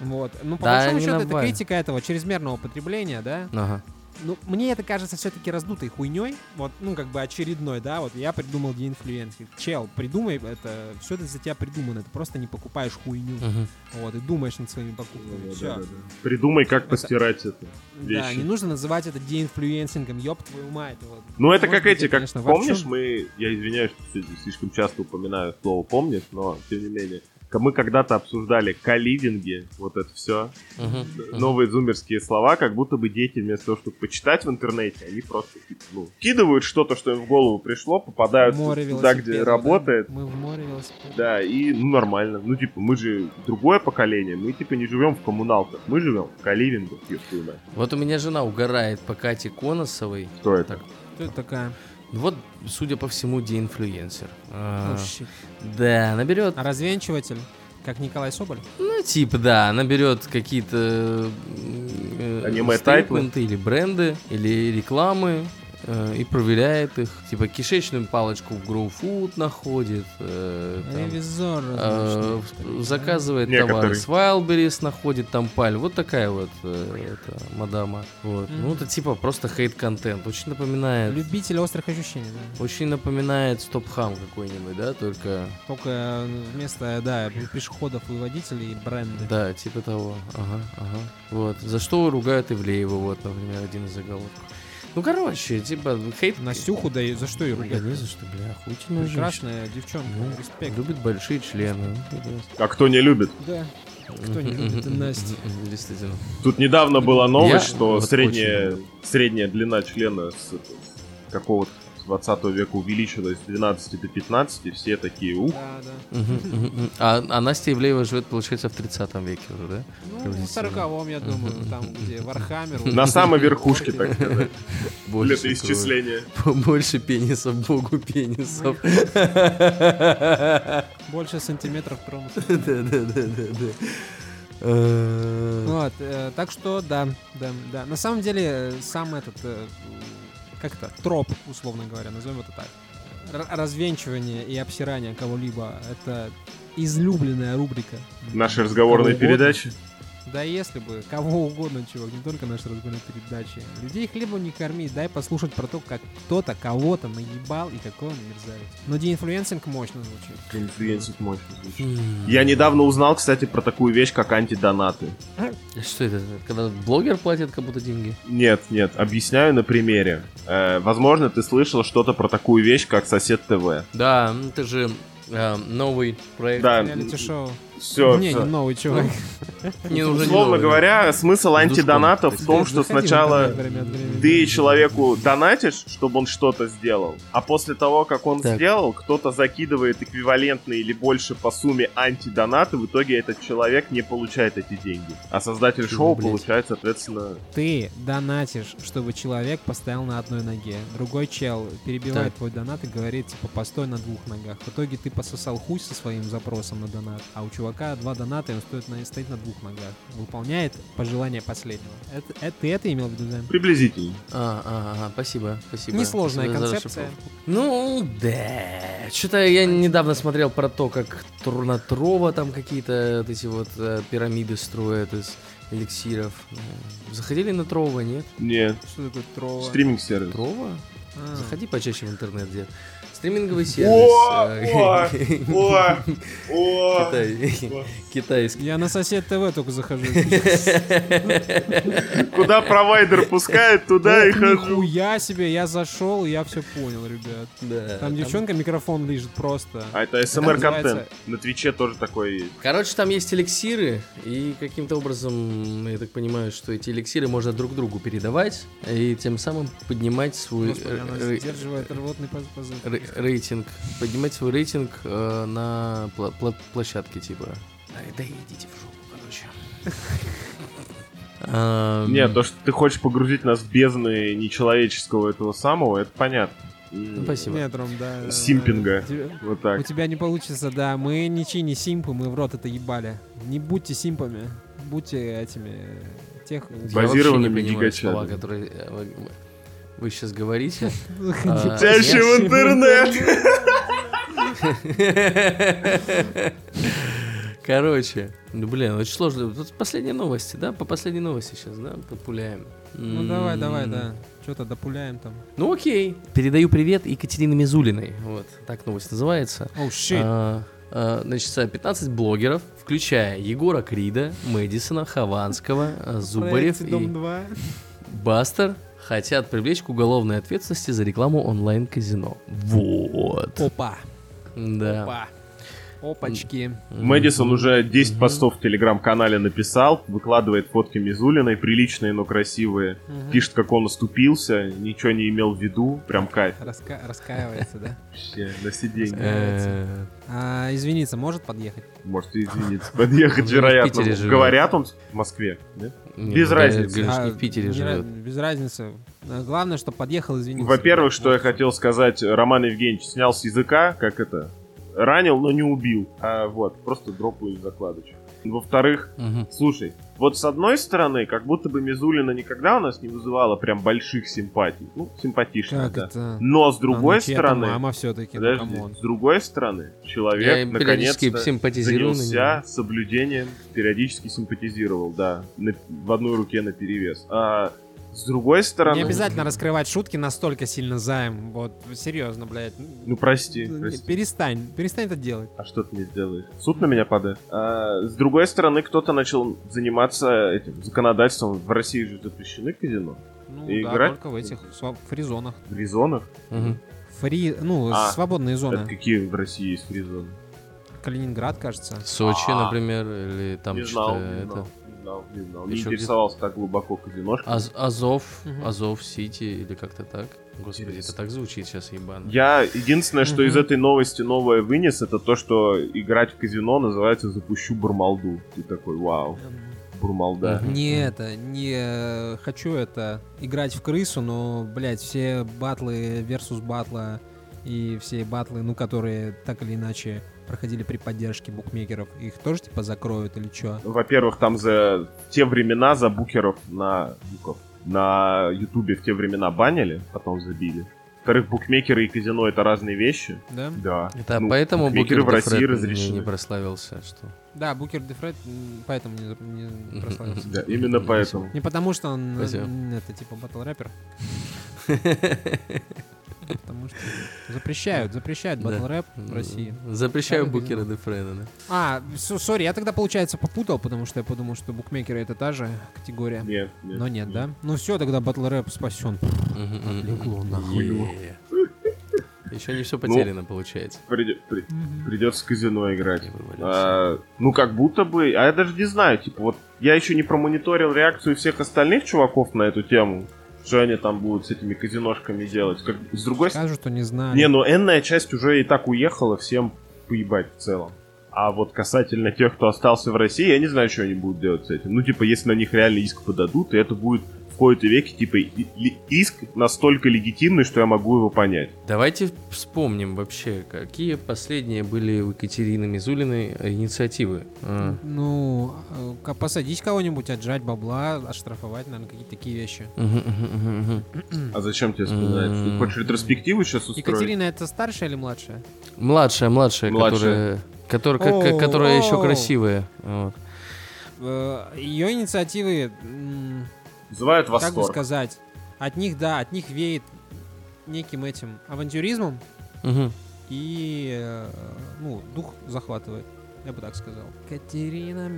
Вот. Ну, по
Да,
большому
не
счету, это
нормально.
критика этого чрезмерного потребления, да?
Ага.
Ну, мне это кажется все-таки раздутой хуйней. Вот, ну, как бы очередной, да, вот я придумал деинфлюенсинг. Чел, придумай это, все это за тебя придумано. Ты просто не покупаешь хуйню.
Мгм.
Вот, и думаешь над своими покупками.
Да,
Всё.
да, да, да. Придумай, как постирать это.
Да,
вещи.
не нужно называть это деинфлюенсингом, ёб твою мать. вот.
Ну, это
Может
как
быть,
эти,
я,
как
конечно, во
помнишь,
всём-
мы, я извиняюсь, что сегодня слишком часто упоминаю слово помнишь, но тем не менее, К- мы когда-то обсуждали калидинги, вот это все,
Мгм.
новые зумерские слова, как будто бы дети вместо того, чтобы почитать в интернете, они просто ну, кидывают что-то, что им в голову пришло, попадают
море
туда,
велосипедов,
э, где
да?
работает,
Мы в море велосипедов.
да, и ну нормально. Ну, типа, мы же другое поколение, мы типа не живем в коммуналках, мы живем в каливингах, ёб твою мать.
Вот у меня жена угорает по Кате Коносовой.
Кто это?
Так.
Кто это такая?
Ну Вот, судя по всему, деинфлюенсер. А,
Oh, shit.
Да, она берет,
А развенчиватель, как Николай Соболь?
ну, типа, да, она берет какие-то э,
Аниме
стейтменты или бренды, или рекламы, э, и проверяет их. Типа, кишечную палочку в GrowFood находит, э,
Ну,
там,
Ревизор.
э,
различный, что ли, да?
заказывает товары
Некоторые.
с Wildberries, находит там паль. Вот такая вот э, эта мадама. Вот.
Мгм.
Ну, это типа просто хейт-контент. Очень напоминает...
Любитель острых ощущений, да.
Очень напоминает стоп-хам какой-нибудь, да, только...
Только э, вместо, да, пешеходов и водителей бренды.
Да, типа того. Ага, ага. Вот. За что ругают Ивлеева, вот, например, один из заголовков. Ну, короче, типа, хейт...
Настюху, да и за что ее
Да не
ругать?
за что, бля, охуительная женщина.
Прекрасная девчонка,
Ну,
респект.
Любит большие члены. Прекрасно.
А кто не любит?
Да. Кто не любит Настю?
Действительно.
Тут недавно была новость,
Я
что
вот
средняя,
очень
средняя длина члена с, какого-то 20 века увеличилась с 12 до 15, и все такие, ух,
Да, да.
Мгм, мгм, мгм. А, а Настя Ивлеева живет, получается, в 30 веке уже, да?
Ну, в 40 я думаю, там, где Вархаммер.
на самой верхушке, так сказать,
Больше
летоисчисления.
крови. Больше пенисов, богу пенисов.
Больше сантиметров тронут.
Да-да-да-да-да. Э,
Вот, э, так что, да, да, да. На самом деле, э, сам этот, э, как это, троп, условно говоря, назовем это так. Р- развенчивание и обсирание кого-либо — это излюбленная рубрика.
Наши
Кого
разговорные
угодно.
передачи.
Да если бы, кого угодно, чувак, не только наши разговорные передачи. Людей хлебом не корми, дай послушать про то, как кто-то кого-то наебал и какой он мерзавец. Но деинфлюенсинг мощно звучит.
Инфлюенсинг мощный звучит.
м.
Я недавно узнал, кстати, про такую вещь, как антидонаты.
Что это? Когда блогер платит как будто деньги?
Нет, нет, объясняю на примере. Э, возможно, ты слышал что-то про такую вещь, как сосед ТВ.
Да, м, это же э, новый проект.
Да,
Реалити-шоу.
все.
не, не новый
Ну,
чувак.
Не, уже не
Условно
новый, да.
говоря, смысл антидоната в
Дуском.
том, что
Заходи в
сначала
интернет время от времени.
ты человеку донатишь, чтобы он что-то сделал, а после того, как он
Так.
сделал, кто-то закидывает эквивалентные или больше по сумме антидонаты, в итоге этот человек не получает эти деньги. А создатель
Чего,
шоу
блядь?
получает, соответственно...
Ты донатишь, чтобы человек постоял на одной ноге. Другой чел перебивает
Так.
твой донат и говорит, типа, постой на двух ногах. В итоге ты пососал хуй со своим запросом на донат, а у чувака два доната, и он стоит на, стоит на двух ногах. Выполняет пожелание последнего. Это, это- ты это имел в виду, Займ?
Приблизительно.
А, а, а, спасибо, спасибо.
Несложная
Спасибо за
концепция.
расшифровку. Ну, да. Что-то я недавно смотрел про то, как Трунатрово там какие-то вот эти вот э, пирамиды строят из эликсиров. М, Заходили на Трова, нет?
Нет.
Что такое трова?
Стриминг-сервис.
Трова?
А.
Заходи почаще в интернет, дед. Стриминговый сервис.
О,
э,
о, о.
Китай- Китайский.
Я на сосед ТВ только захожу.
Куда провайдер пускает, туда и
Ох,
хожу.
Нихуя себе, я зашел, я все понял, ребят.
Да.
Там девчонка микрофон лежит просто.
А это
называется-
СМР-контент. На Твиче тоже такое есть.
Короче, там есть эликсиры, и каким-то образом, я так понимаю, что эти эликсиры можно друг другу передавать, и тем самым поднимать свой
Господи, она
э, э,
сдерживает рвотный поз- позыв.
рей- рейтинг, поднимать свой рейтинг э, на пла- пла- площадке типа. Ай, Да идите в жопу, короче. Эм,
Нет, то, что ты хочешь погрузить нас в бездны нечеловеческого этого самого, это понятно.
ну, Спасибо.
Нет, Ром, да. да,
Симпинга.
да. Тебе-
Вот
У
так.
тебя не получится, да. Мы ничьи не симпы, мы в рот это ебали. Не будьте симпами, будьте этими э, тех.
Я вообще не
базированными
понимаю слова,
гигачами.
которые э, вы, вы сейчас говорите.
Заходи.
А,
Тебя еще
я-
в интернет!
Короче, ну блин, очень сложно. Тут последние новости, да? По последней новости сейчас, да, популяем.
Ну давай, давай, да. Что-то допуляем там.
Ну окей. Передаю привет Екатерине Мизулиной. Вот, так новость называется.
Оу, щит.
А, а, Значит, а, 15 блогеров, включая Егора Крида, Мэдисона, Хованского, а, Зубарев и
Дом 2.
Бастер, хотят привлечь к уголовной ответственности за рекламу онлайн-казино. Вот.
Опа.
Да.
Опа.
А.
Опачки.
М.
Мэдисон уже 10
Мгм.
постов в телеграм-канале написал, выкладывает фотки Мизулиной, приличные, но красивые.
Мгм.
Пишет, как он оступился, ничего не имел в виду, прям кайф.
Раска- Раскаивается, да.
Вообще, на все деньги.
Э,
А, Извиниться может подъехать?
Может, и извиниться, подъехать,
Он же Ну, в
вероятно.
Питере живет.
Говорят, он в Москве. да?
не,
Без
ну,
разницы.
говоришь,
А,
не в Питере
не
живет.
раз- Без разницы. А, Главное, что подъехал, извиниться.
Во-первых, что я
Вот.
хотел сказать, Роман Евгеньевич снял с языка, как это, ранил, но не убил. А вот, просто дропаю из закладочек. Во-вторых,
Мгм.
слушай, вот с одной стороны, как будто бы Мизулина никогда у нас не вызывала прям больших симпатий. Ну, симпатичных,
Как
да.
это?
Но с другой
Она чья-то
стороны,
Мама все-таки,
подожди, с другой стороны,
Я
человек
им периодически
наконец-то
симпатизирую. на
занялся соблюдением, периодически симпатизировал, да, на- в одной руке на перевес. А с другой
Не
стороны,
обязательно раскрывать шутки настолько сильно займ. Вот, серьезно, блядь.
ну прости,
Ну, не,
прости.
Перестань, перестань это делать.
А что ты мне сделаешь? Суд на меня падает. А, с другой стороны, кто-то начал заниматься этим законодательством. В России же запрещены казино.
Ну
И
да,
играть?
только в этих сва- фризонах.
В резонах?
меня. Мгм.
Фри, ну,
А,
свободные
Это
зоны.
какие в России есть фризоны?
Калининград, кажется.
Сочи,
А.
например, или там
не
что-то
знал, не
это.
знал, не знал, не знал. Не
Ещё А
интересовался так глубоко казиношкой.
Аз- Азов,
Мгм.
Азов Сити или как-то так. Господи, это так звучит сейчас, ебано.
Я единственное, что из этой новости новое вынес, это то, что играть в казино называется «Запущу Бурмалду». Ты такой, вау, Бурмалда.
Не это, не э, хочу это играть в крысу, но, блядь, все батлы versus батла и все батлы, ну, которые так или иначе проходили при поддержке букмекеров, их тоже типа закроют или что?
Во-первых, там за те времена за букеров на буков, на Ютубе в те времена банили, потом забили. Во-вторых, букмекеры и казино это разные вещи.
Да?
Да.
Это
Ну,
поэтому
букмекеры
Букер
в России
Дефред не,
разрешены.
не прославился, что...
Да, Букер Дефред м, поэтому не, за- не прославился.
Да, именно
Спасибо.
поэтому.
Не потому, что он э,
Спасибо.
м, это типа батл рэпер, потому что запрещают, запрещают
Да.
батл рэп в России.
Запрещаю
Там
Букера Дефреда, да.
А, с- сори, я тогда, получается, попутал, потому что я подумал, что букмекеры это та же категория.
Нет, нет.
Но нет, да? Ну все, тогда батл рэп спасен.
Мгм, мгм, мгм.
Легло
Е. Еще не все потеряно, получается.
Приде- при- Придется в казино играть.
Не вывалился.
А, ну, как будто бы... А я даже не знаю, типа, вот... Я еще не промониторил реакцию всех остальных чуваков на эту тему. Что они там будут с этими казиношками делать. Как, с другой стороны...
Скажу, что не знаю.
Не, ну, энная часть уже и так уехала, всем поебать в целом. А вот касательно тех, кто остался в России, я не знаю, что они будут делать с этим. Ну, типа, если на них реально иск подадут, и это будет в кои-то веки, типа, и- ли- иск настолько легитимный, что я могу его понять.
Давайте вспомним вообще, какие последние были у Екатерины Мизулиной э, инициативы. А,
Ну, э, к- посадить кого-нибудь, отжать бабла, оштрафовать, наверное, какие-то такие вещи.
мгм, мгм, мгм, мгм.
Хм.
А зачем тебе вспоминать? Ты
М-м-м.
М.
хочешь ретроспективу сейчас устроить?
Екатерина, это старшая или младшая?
Младшая, младшая,
Младшая.
которая, которая, ка- ка-
О,
которая еще
о.
красивая. Вот.
Ее Э, инициативы, м,
Вызывают
как бы
восторг.
сказать, от них, да, от них веет неким этим авантюризмом
Мгм.
и, э, ну, дух захватывает. Я бы так сказал. Катерина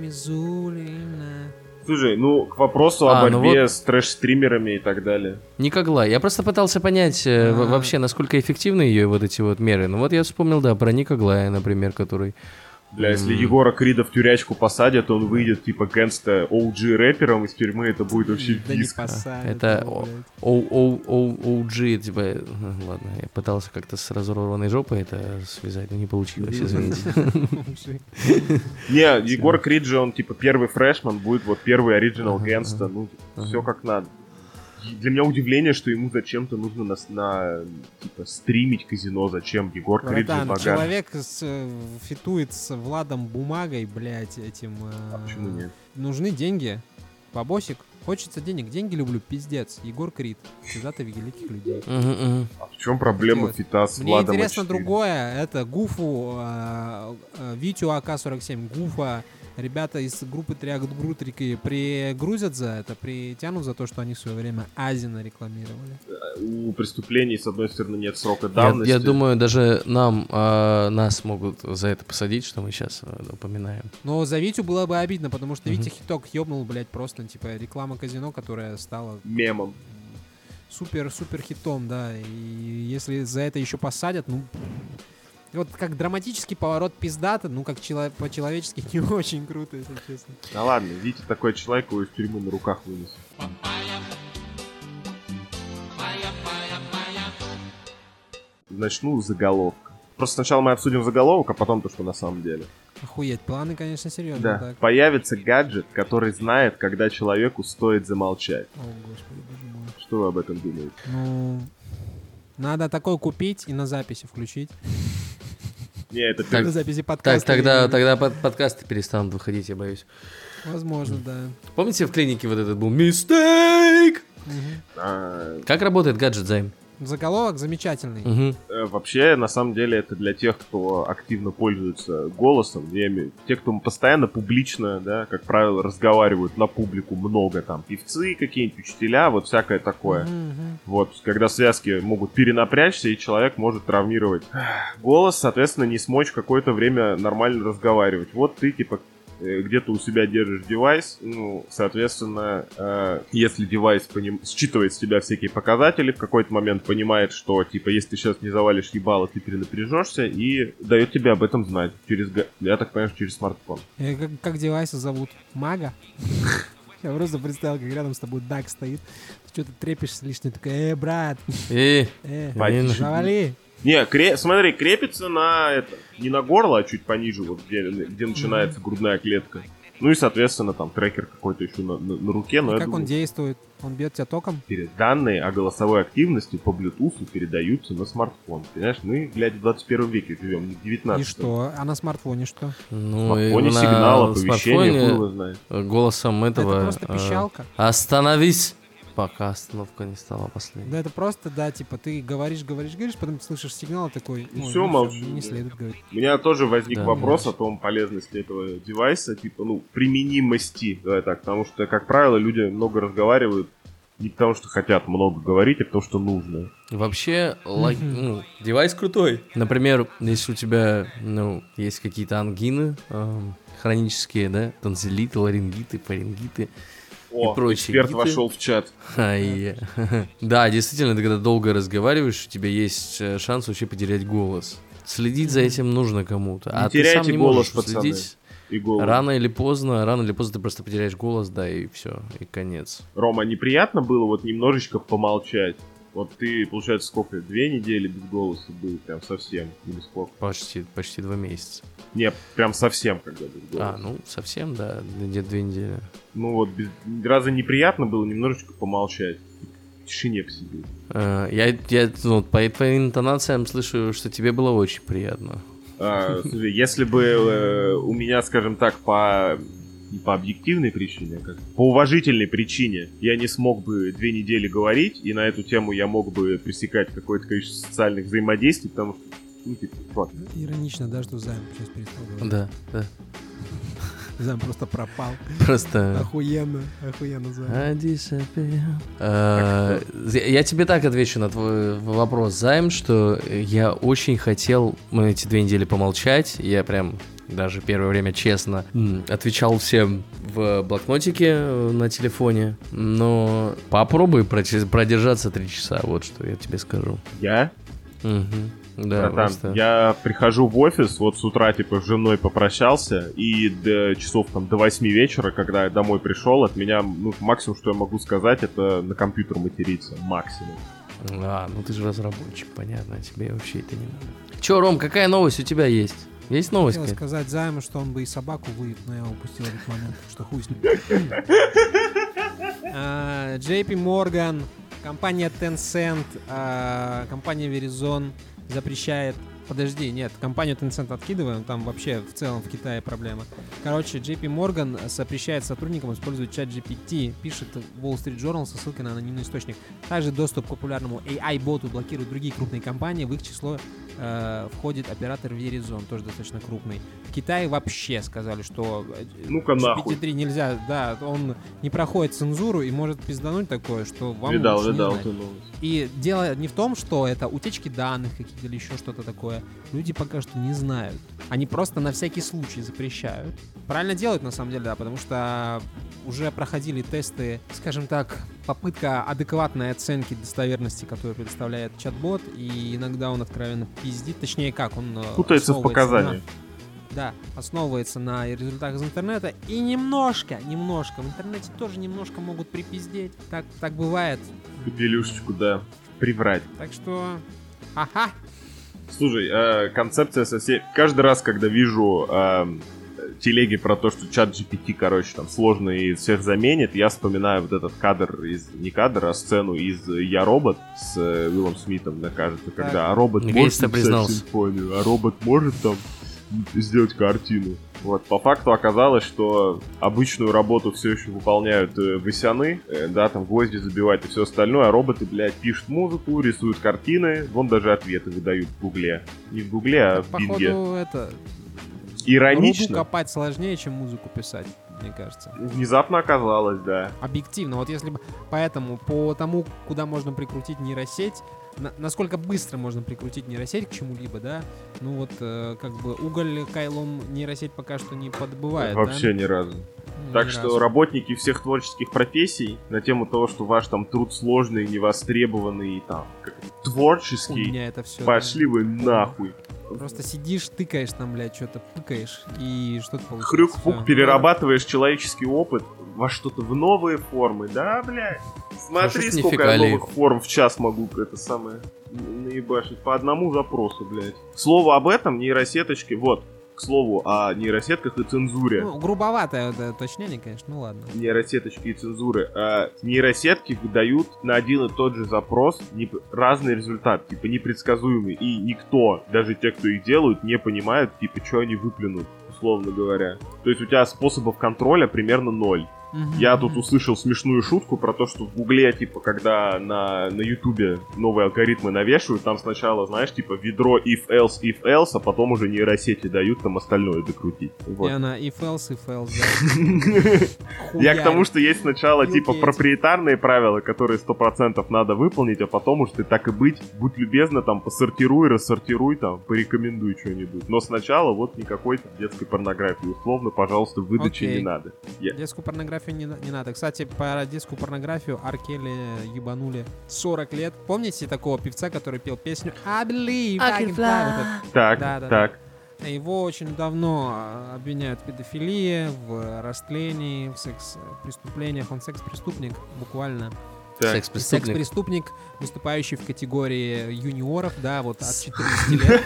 Мизулина.
Слушай, ну к вопросу
А,
о
ну
борьбе с трэш-стримерами и так далее.
Никогла. Я просто пытался понять э, во-
А.
вообще, насколько эффективны ее вот эти вот меры. Ну вот я вспомнил, да, про Никоглая, например, который...
Бля, если
М-м.
М.
Егора Крида в тюрячку посадят, он выйдет типа гэнста OG рэпером из тюрьмы, это будет вообще
Да не
писк.
посадят
Это
его,
о-
блядь.
OG, типа... э, Ладно, я пытался как-то с разорванной жопой это связать, но не получилось, извините.
Мужик.
Не, Егор Крид же, он типа первый фрешман, будет вот первый оригинал
Ага,
гэнста, ну
ага.
все как надо. И Для меня удивление, что ему зачем-то нужно нас на типа, стримить казино, зачем Егор Крид же
Братан,
богат.
Ну, человек с, э, фитует с Владом Бумагой, блядь, этим... э,
А Почему нет?
Нужны деньги. Бабосик. Хочется денег. Деньги люблю, пиздец. Егор Крид. Цитата великих людей.
Мгм, мгм.
А в чем проблема
Делать.
фита с
Мне
Владом
интересно
А4?
другое. Это Гуфу, э, э, Витю АК-47, Гуфа. Ребята из группы Триагут Грутрики пригрузят за это, притянут за то, что они в свое время Азина рекламировали.
У преступлений, с одной стороны, нет срока
Я,
давности.
я думаю, даже нам, а, нас могут за это посадить, что мы э, сейчас упоминаем.
Но за Витю было бы обидно, потому что
Мгм.
Витя Хиток ёбнул, блядь, просто, типа, реклама казино, которая стала
мемом.
супер-супер хитом, да. И если за это еще посадят, ну... Вот как драматический поворот пиздата, ну как чело- по-человечески не очень круто, если честно.
Да ладно, видите, такой человек его из тюрьмы на руках вынес. Начну с заголовка. Просто сначала мы обсудим заголовок, а потом то, что на самом деле.
Охуеть, планы, конечно, серьезные.
Да.
Так.
Появится гаджет, который знает, когда человеку стоит замолчать.
О, господи, боже мой.
Что вы об этом думаете?
Ну... Надо такое купить и на записи включить.
Не, это
Так,
на записи подкаста.
Так, тогда,
я имею в
тогда под- подкасты перестанут выходить, я боюсь.
виду. Возможно, да.
Помните, в клинике вот этот был мистейк?
Мгм.
а,
Как работает гаджет займ?
Заголовок замечательный.
Мгм.
э, вообще, на самом деле, это для тех, кто активно пользуется голосом. Я имею- Те, кто постоянно публично, да, как правило, разговаривают на публику много, там, певцы какие-нибудь, учителя, вот всякое такое.
Мгм, мгм.
Вот, когда связки могут перенапрячься, и человек может травмировать голос, соответственно, не смочь какое-то время нормально разговаривать. Вот ты, типа, э, где-то у себя держишь девайс, ну, соответственно, э, если девайс поним- считывает с тебя всякие показатели, в какой-то момент понимает, что, типа, если ты сейчас не завалишь ебало, ты перенапряжешься, и дает тебе об этом знать через, га- я так понимаю, через смартфон.
Э, Как, как девайсы зовут? Мага? Я просто представил, как рядом с тобой Дак стоит. Ты что-то трепишься лишний, такой, э, брат,
И
э,
Блин.
завали.
Не, кре- смотри, крепится на это, не на горло, а чуть пониже, вот где, где начинается грудная клетка. Ну и, соответственно, там трекер какой-то еще на, на- на руке, но
И
я
как он
думаю,
действует? Он бьет тебя током?
перед- данные о голосовой активности по Bluetooth передаются на смартфон. Понимаешь, мы, глядя в 21 веке живем, не в 19
И что? А на смартфоне что?
ну, и
В фоне
на
сигнал, оповещение,
смартфоне
хуй его знает.
голосом
Это
этого...
просто
э,
пищалка.
Остановись! Пока остановка не стала последней.
Да Ну, это просто, да, типа ты говоришь, говоришь, говоришь, потом слышишь сигнал и такой.
И
«Ой,
всё,
ну
молчу,
Не
да.
следует говорить.
У меня тоже возник
Да,
вопрос
конечно.
о том полезности этого девайса, типа, ну, применимости, давай так, потому что, как правило, люди много разговаривают не потому, что хотят много говорить, а потому, что нужно.
Вообще, лог- ну, девайс крутой. Например, если у тебя, ну, есть какие-то ангины эм, хронические, да, танзелиты, ларингиты, фарингиты,
О,
И прочие
эксперт
гиты.
вошел в чат.
Ха, А, и- Да, действительно, ты когда долго разговариваешь, у тебя есть э, шанс вообще потерять голос. Следить за этим нужно кому-то.
Не
а ты сам
теряйте
не
голос,
можешь
пацаны.
следить.
И голос.
Рано или поздно, рано или поздно ты просто потеряешь голос, да, и все, и конец.
Рома, неприятно было вот немножечко помолчать? Вот ты, получается, сколько? Две недели без голоса был, прям совсем. Или сколько?
Почти, почти два месяца.
Не, прям совсем, когда без голоса.
А, ну, совсем, да, где-то две недели.
Ну вот, без... разве неприятно было немножечко помолчать? В тишине посидеть.
Э, Я, я ну, по твоим интонациям слышу, что тебе было очень приятно.
А, слушай, если бы э, у меня, скажем так, по не по объективной причине, а как по уважительной причине, я не смог бы две недели говорить, и на эту тему я мог бы пресекать какое-то количество социальных взаимодействий, потому что ну, типа, чувак,
Иронично, да, что займ сейчас перестал говорить.
Да, да.
Займ просто пропал.
Просто...
Охуенно, охуенно займ.
I disappear. Э, Я тебе так отвечу на твой вопрос, Займ, что я очень хотел мы эти две недели помолчать. Я прям даже первое время честно м, отвечал всем в блокнотике э, на телефоне. Но попробуй проч- продержаться три часа, вот что я тебе скажу.
я,
Мгм. Да,
братан,
просто-
я прихожу в офис, вот с утра, типа, с женой попрощался, и до часов там до 8 вечера, когда я домой пришел, от меня, ну, максимум, что я могу сказать, это на компьютер материться, максимум.
А, ну ты же разработчик, понятно, тебе вообще это не надо. Че, Ром, какая новость у тебя есть? Есть новость?
Хотел
какая-то?
сказать займу, что он бы и собаку выеб, но я его упустил этот момент, что хуй с ним. А, JP Morgan, компания Tencent, а, компания Verizon запрещает... Подожди, нет, компанию Tencent откидываем, там вообще в целом в Китае проблема. Короче, JP Morgan запрещает сотрудникам использовать чат GPT, пишет Wall Street Journal со ссылкой на анонимный источник. Также доступ к популярному AI-боту блокируют другие крупные компании, в их число э, входит оператор Verizon, тоже достаточно крупный. В Китае вообще сказали, что э,
Ну-ка нахуй.
GPT-3 нельзя, да, он не проходит цензуру и может пиздануть такое, что вам
видал,
лучше не
видал
знать.
эту новость.
И дело не в том, что это утечки данных какие-то или еще что-то такое. Люди пока что не знают. Они просто на всякий случай запрещают. Правильно делают, на самом деле, да, потому что уже проходили тесты, скажем так, попытка адекватной оценки достоверности, которую предоставляет чат-бот, и иногда он откровенно пиздит. Точнее, как, он... э,
Путается в
основывается
показаниях.
да, основывается на результатах из интернета. И немножко, немножко, в интернете тоже немножко могут припиздеть. Так, так бывает.
Капелюшечку, да. Приврать.
Так что... Ага!
Слушай, э, концепция совсем... Каждый раз, когда вижу эм, телеги про то, что чат GPT, короче, там сложно и всех заменит, я вспоминаю вот этот кадр из... Не кадр, а сцену из «Я робот» с э, Уиллом Смитом, да, кажется, когда «А робот
Мне
может
кажется,
написать
признался.
симфонию, а робот может там сделать картину. Вот, по факту оказалось, что обычную работу все еще выполняют э, высяны, э, да, там гвозди забивать и все остальное, а роботы, блядь, пишут музыку, рисуют картины, вон даже ответы выдают в Гугле. Не в Гугле, а
Так,
в Бинге.
походу, это... Рубу
Иронично,
копать сложнее, чем музыку писать, мне кажется.
внезапно оказалось, да.
Объективно. Вот если бы... Поэтому по тому, куда можно прикрутить нейросеть, на- насколько быстро можно прикрутить нейросеть к чему-либо, да? Ну вот, э, как бы уголь кайлом нейросеть пока что не подбывает, да?
Вообще ни разу.
Ну, ни
Так что
разу.
работники всех творческих профессий на тему того, что ваш там труд сложный, невостребованный и там как это, творческий,
Хуйня это все.
пошли вы нахуй.
Просто сидишь, тыкаешь там, блядь, что-то пыкаешь, и что-то получается.
Хрюк-пук
Всё.
перерабатываешь человеческий опыт во что-то в новые формы, да, блядь? Смотри,
Хорошо, что не
сколько я
фекалии.
новых форм в час могу это самое н- наебашить. По одному запросу, блядь. К слову об этом, нейросеточки, вот, к слову о нейросетках и цензуре.
Ну, грубоватое вот это уточнение, конечно, ну ладно.
нейросеточки и цензуры. А, нейросетки выдают на один и тот же запрос не- разный результат, типа непредсказуемый. И никто, даже те, кто их делают, не понимают, типа, что они выплюнут, условно говоря. То есть у тебя способов контроля примерно ноль. Я тут услышал смешную шутку про то, что в Гугле, типа, когда на, на Ютубе новые алгоритмы навешивают, там сначала, знаешь, типа, ведро if-else, if-else, а потом уже нейросети дают там остальное докрутить.
И
Вот.
она и фэлс, и фэлс, да.
Я
Хуярит.
к тому, что есть сначала
Билл
типа
Гейтс.
проприетарные правила, которые 100% надо выполнить, а потом уж ты так и быть, будь любезна, там посортируй, рассортируй, там порекомендуй что-нибудь. Но сначала вот никакой там детской порнографии, условно, пожалуйста, выдачи
Окей.
не надо.
Детскую порнографию не, на- не надо. Кстати, про детскую порнографию Аркели ебанули 40 лет. Помните такого певца, который пел песню I believe I can fly? Вот это.
Так,
Да, да,
так.
А Его очень давно а, обвиняют в педофилии, в растлении, в секс-преступлениях. Он секс-преступник, буквально.
Так.
Секс-преступник.
Секс-преступник, выступающий в категории юниоров, да, вот от 14 лет.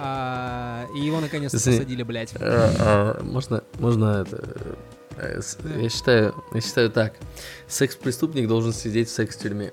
А, И его наконец-то
Извини.
посадили, блядь.
Э, э, Можно, можно это... э, э, с- Я считаю, я считаю так. Секс-преступник должен сидеть в секс-тюрьме.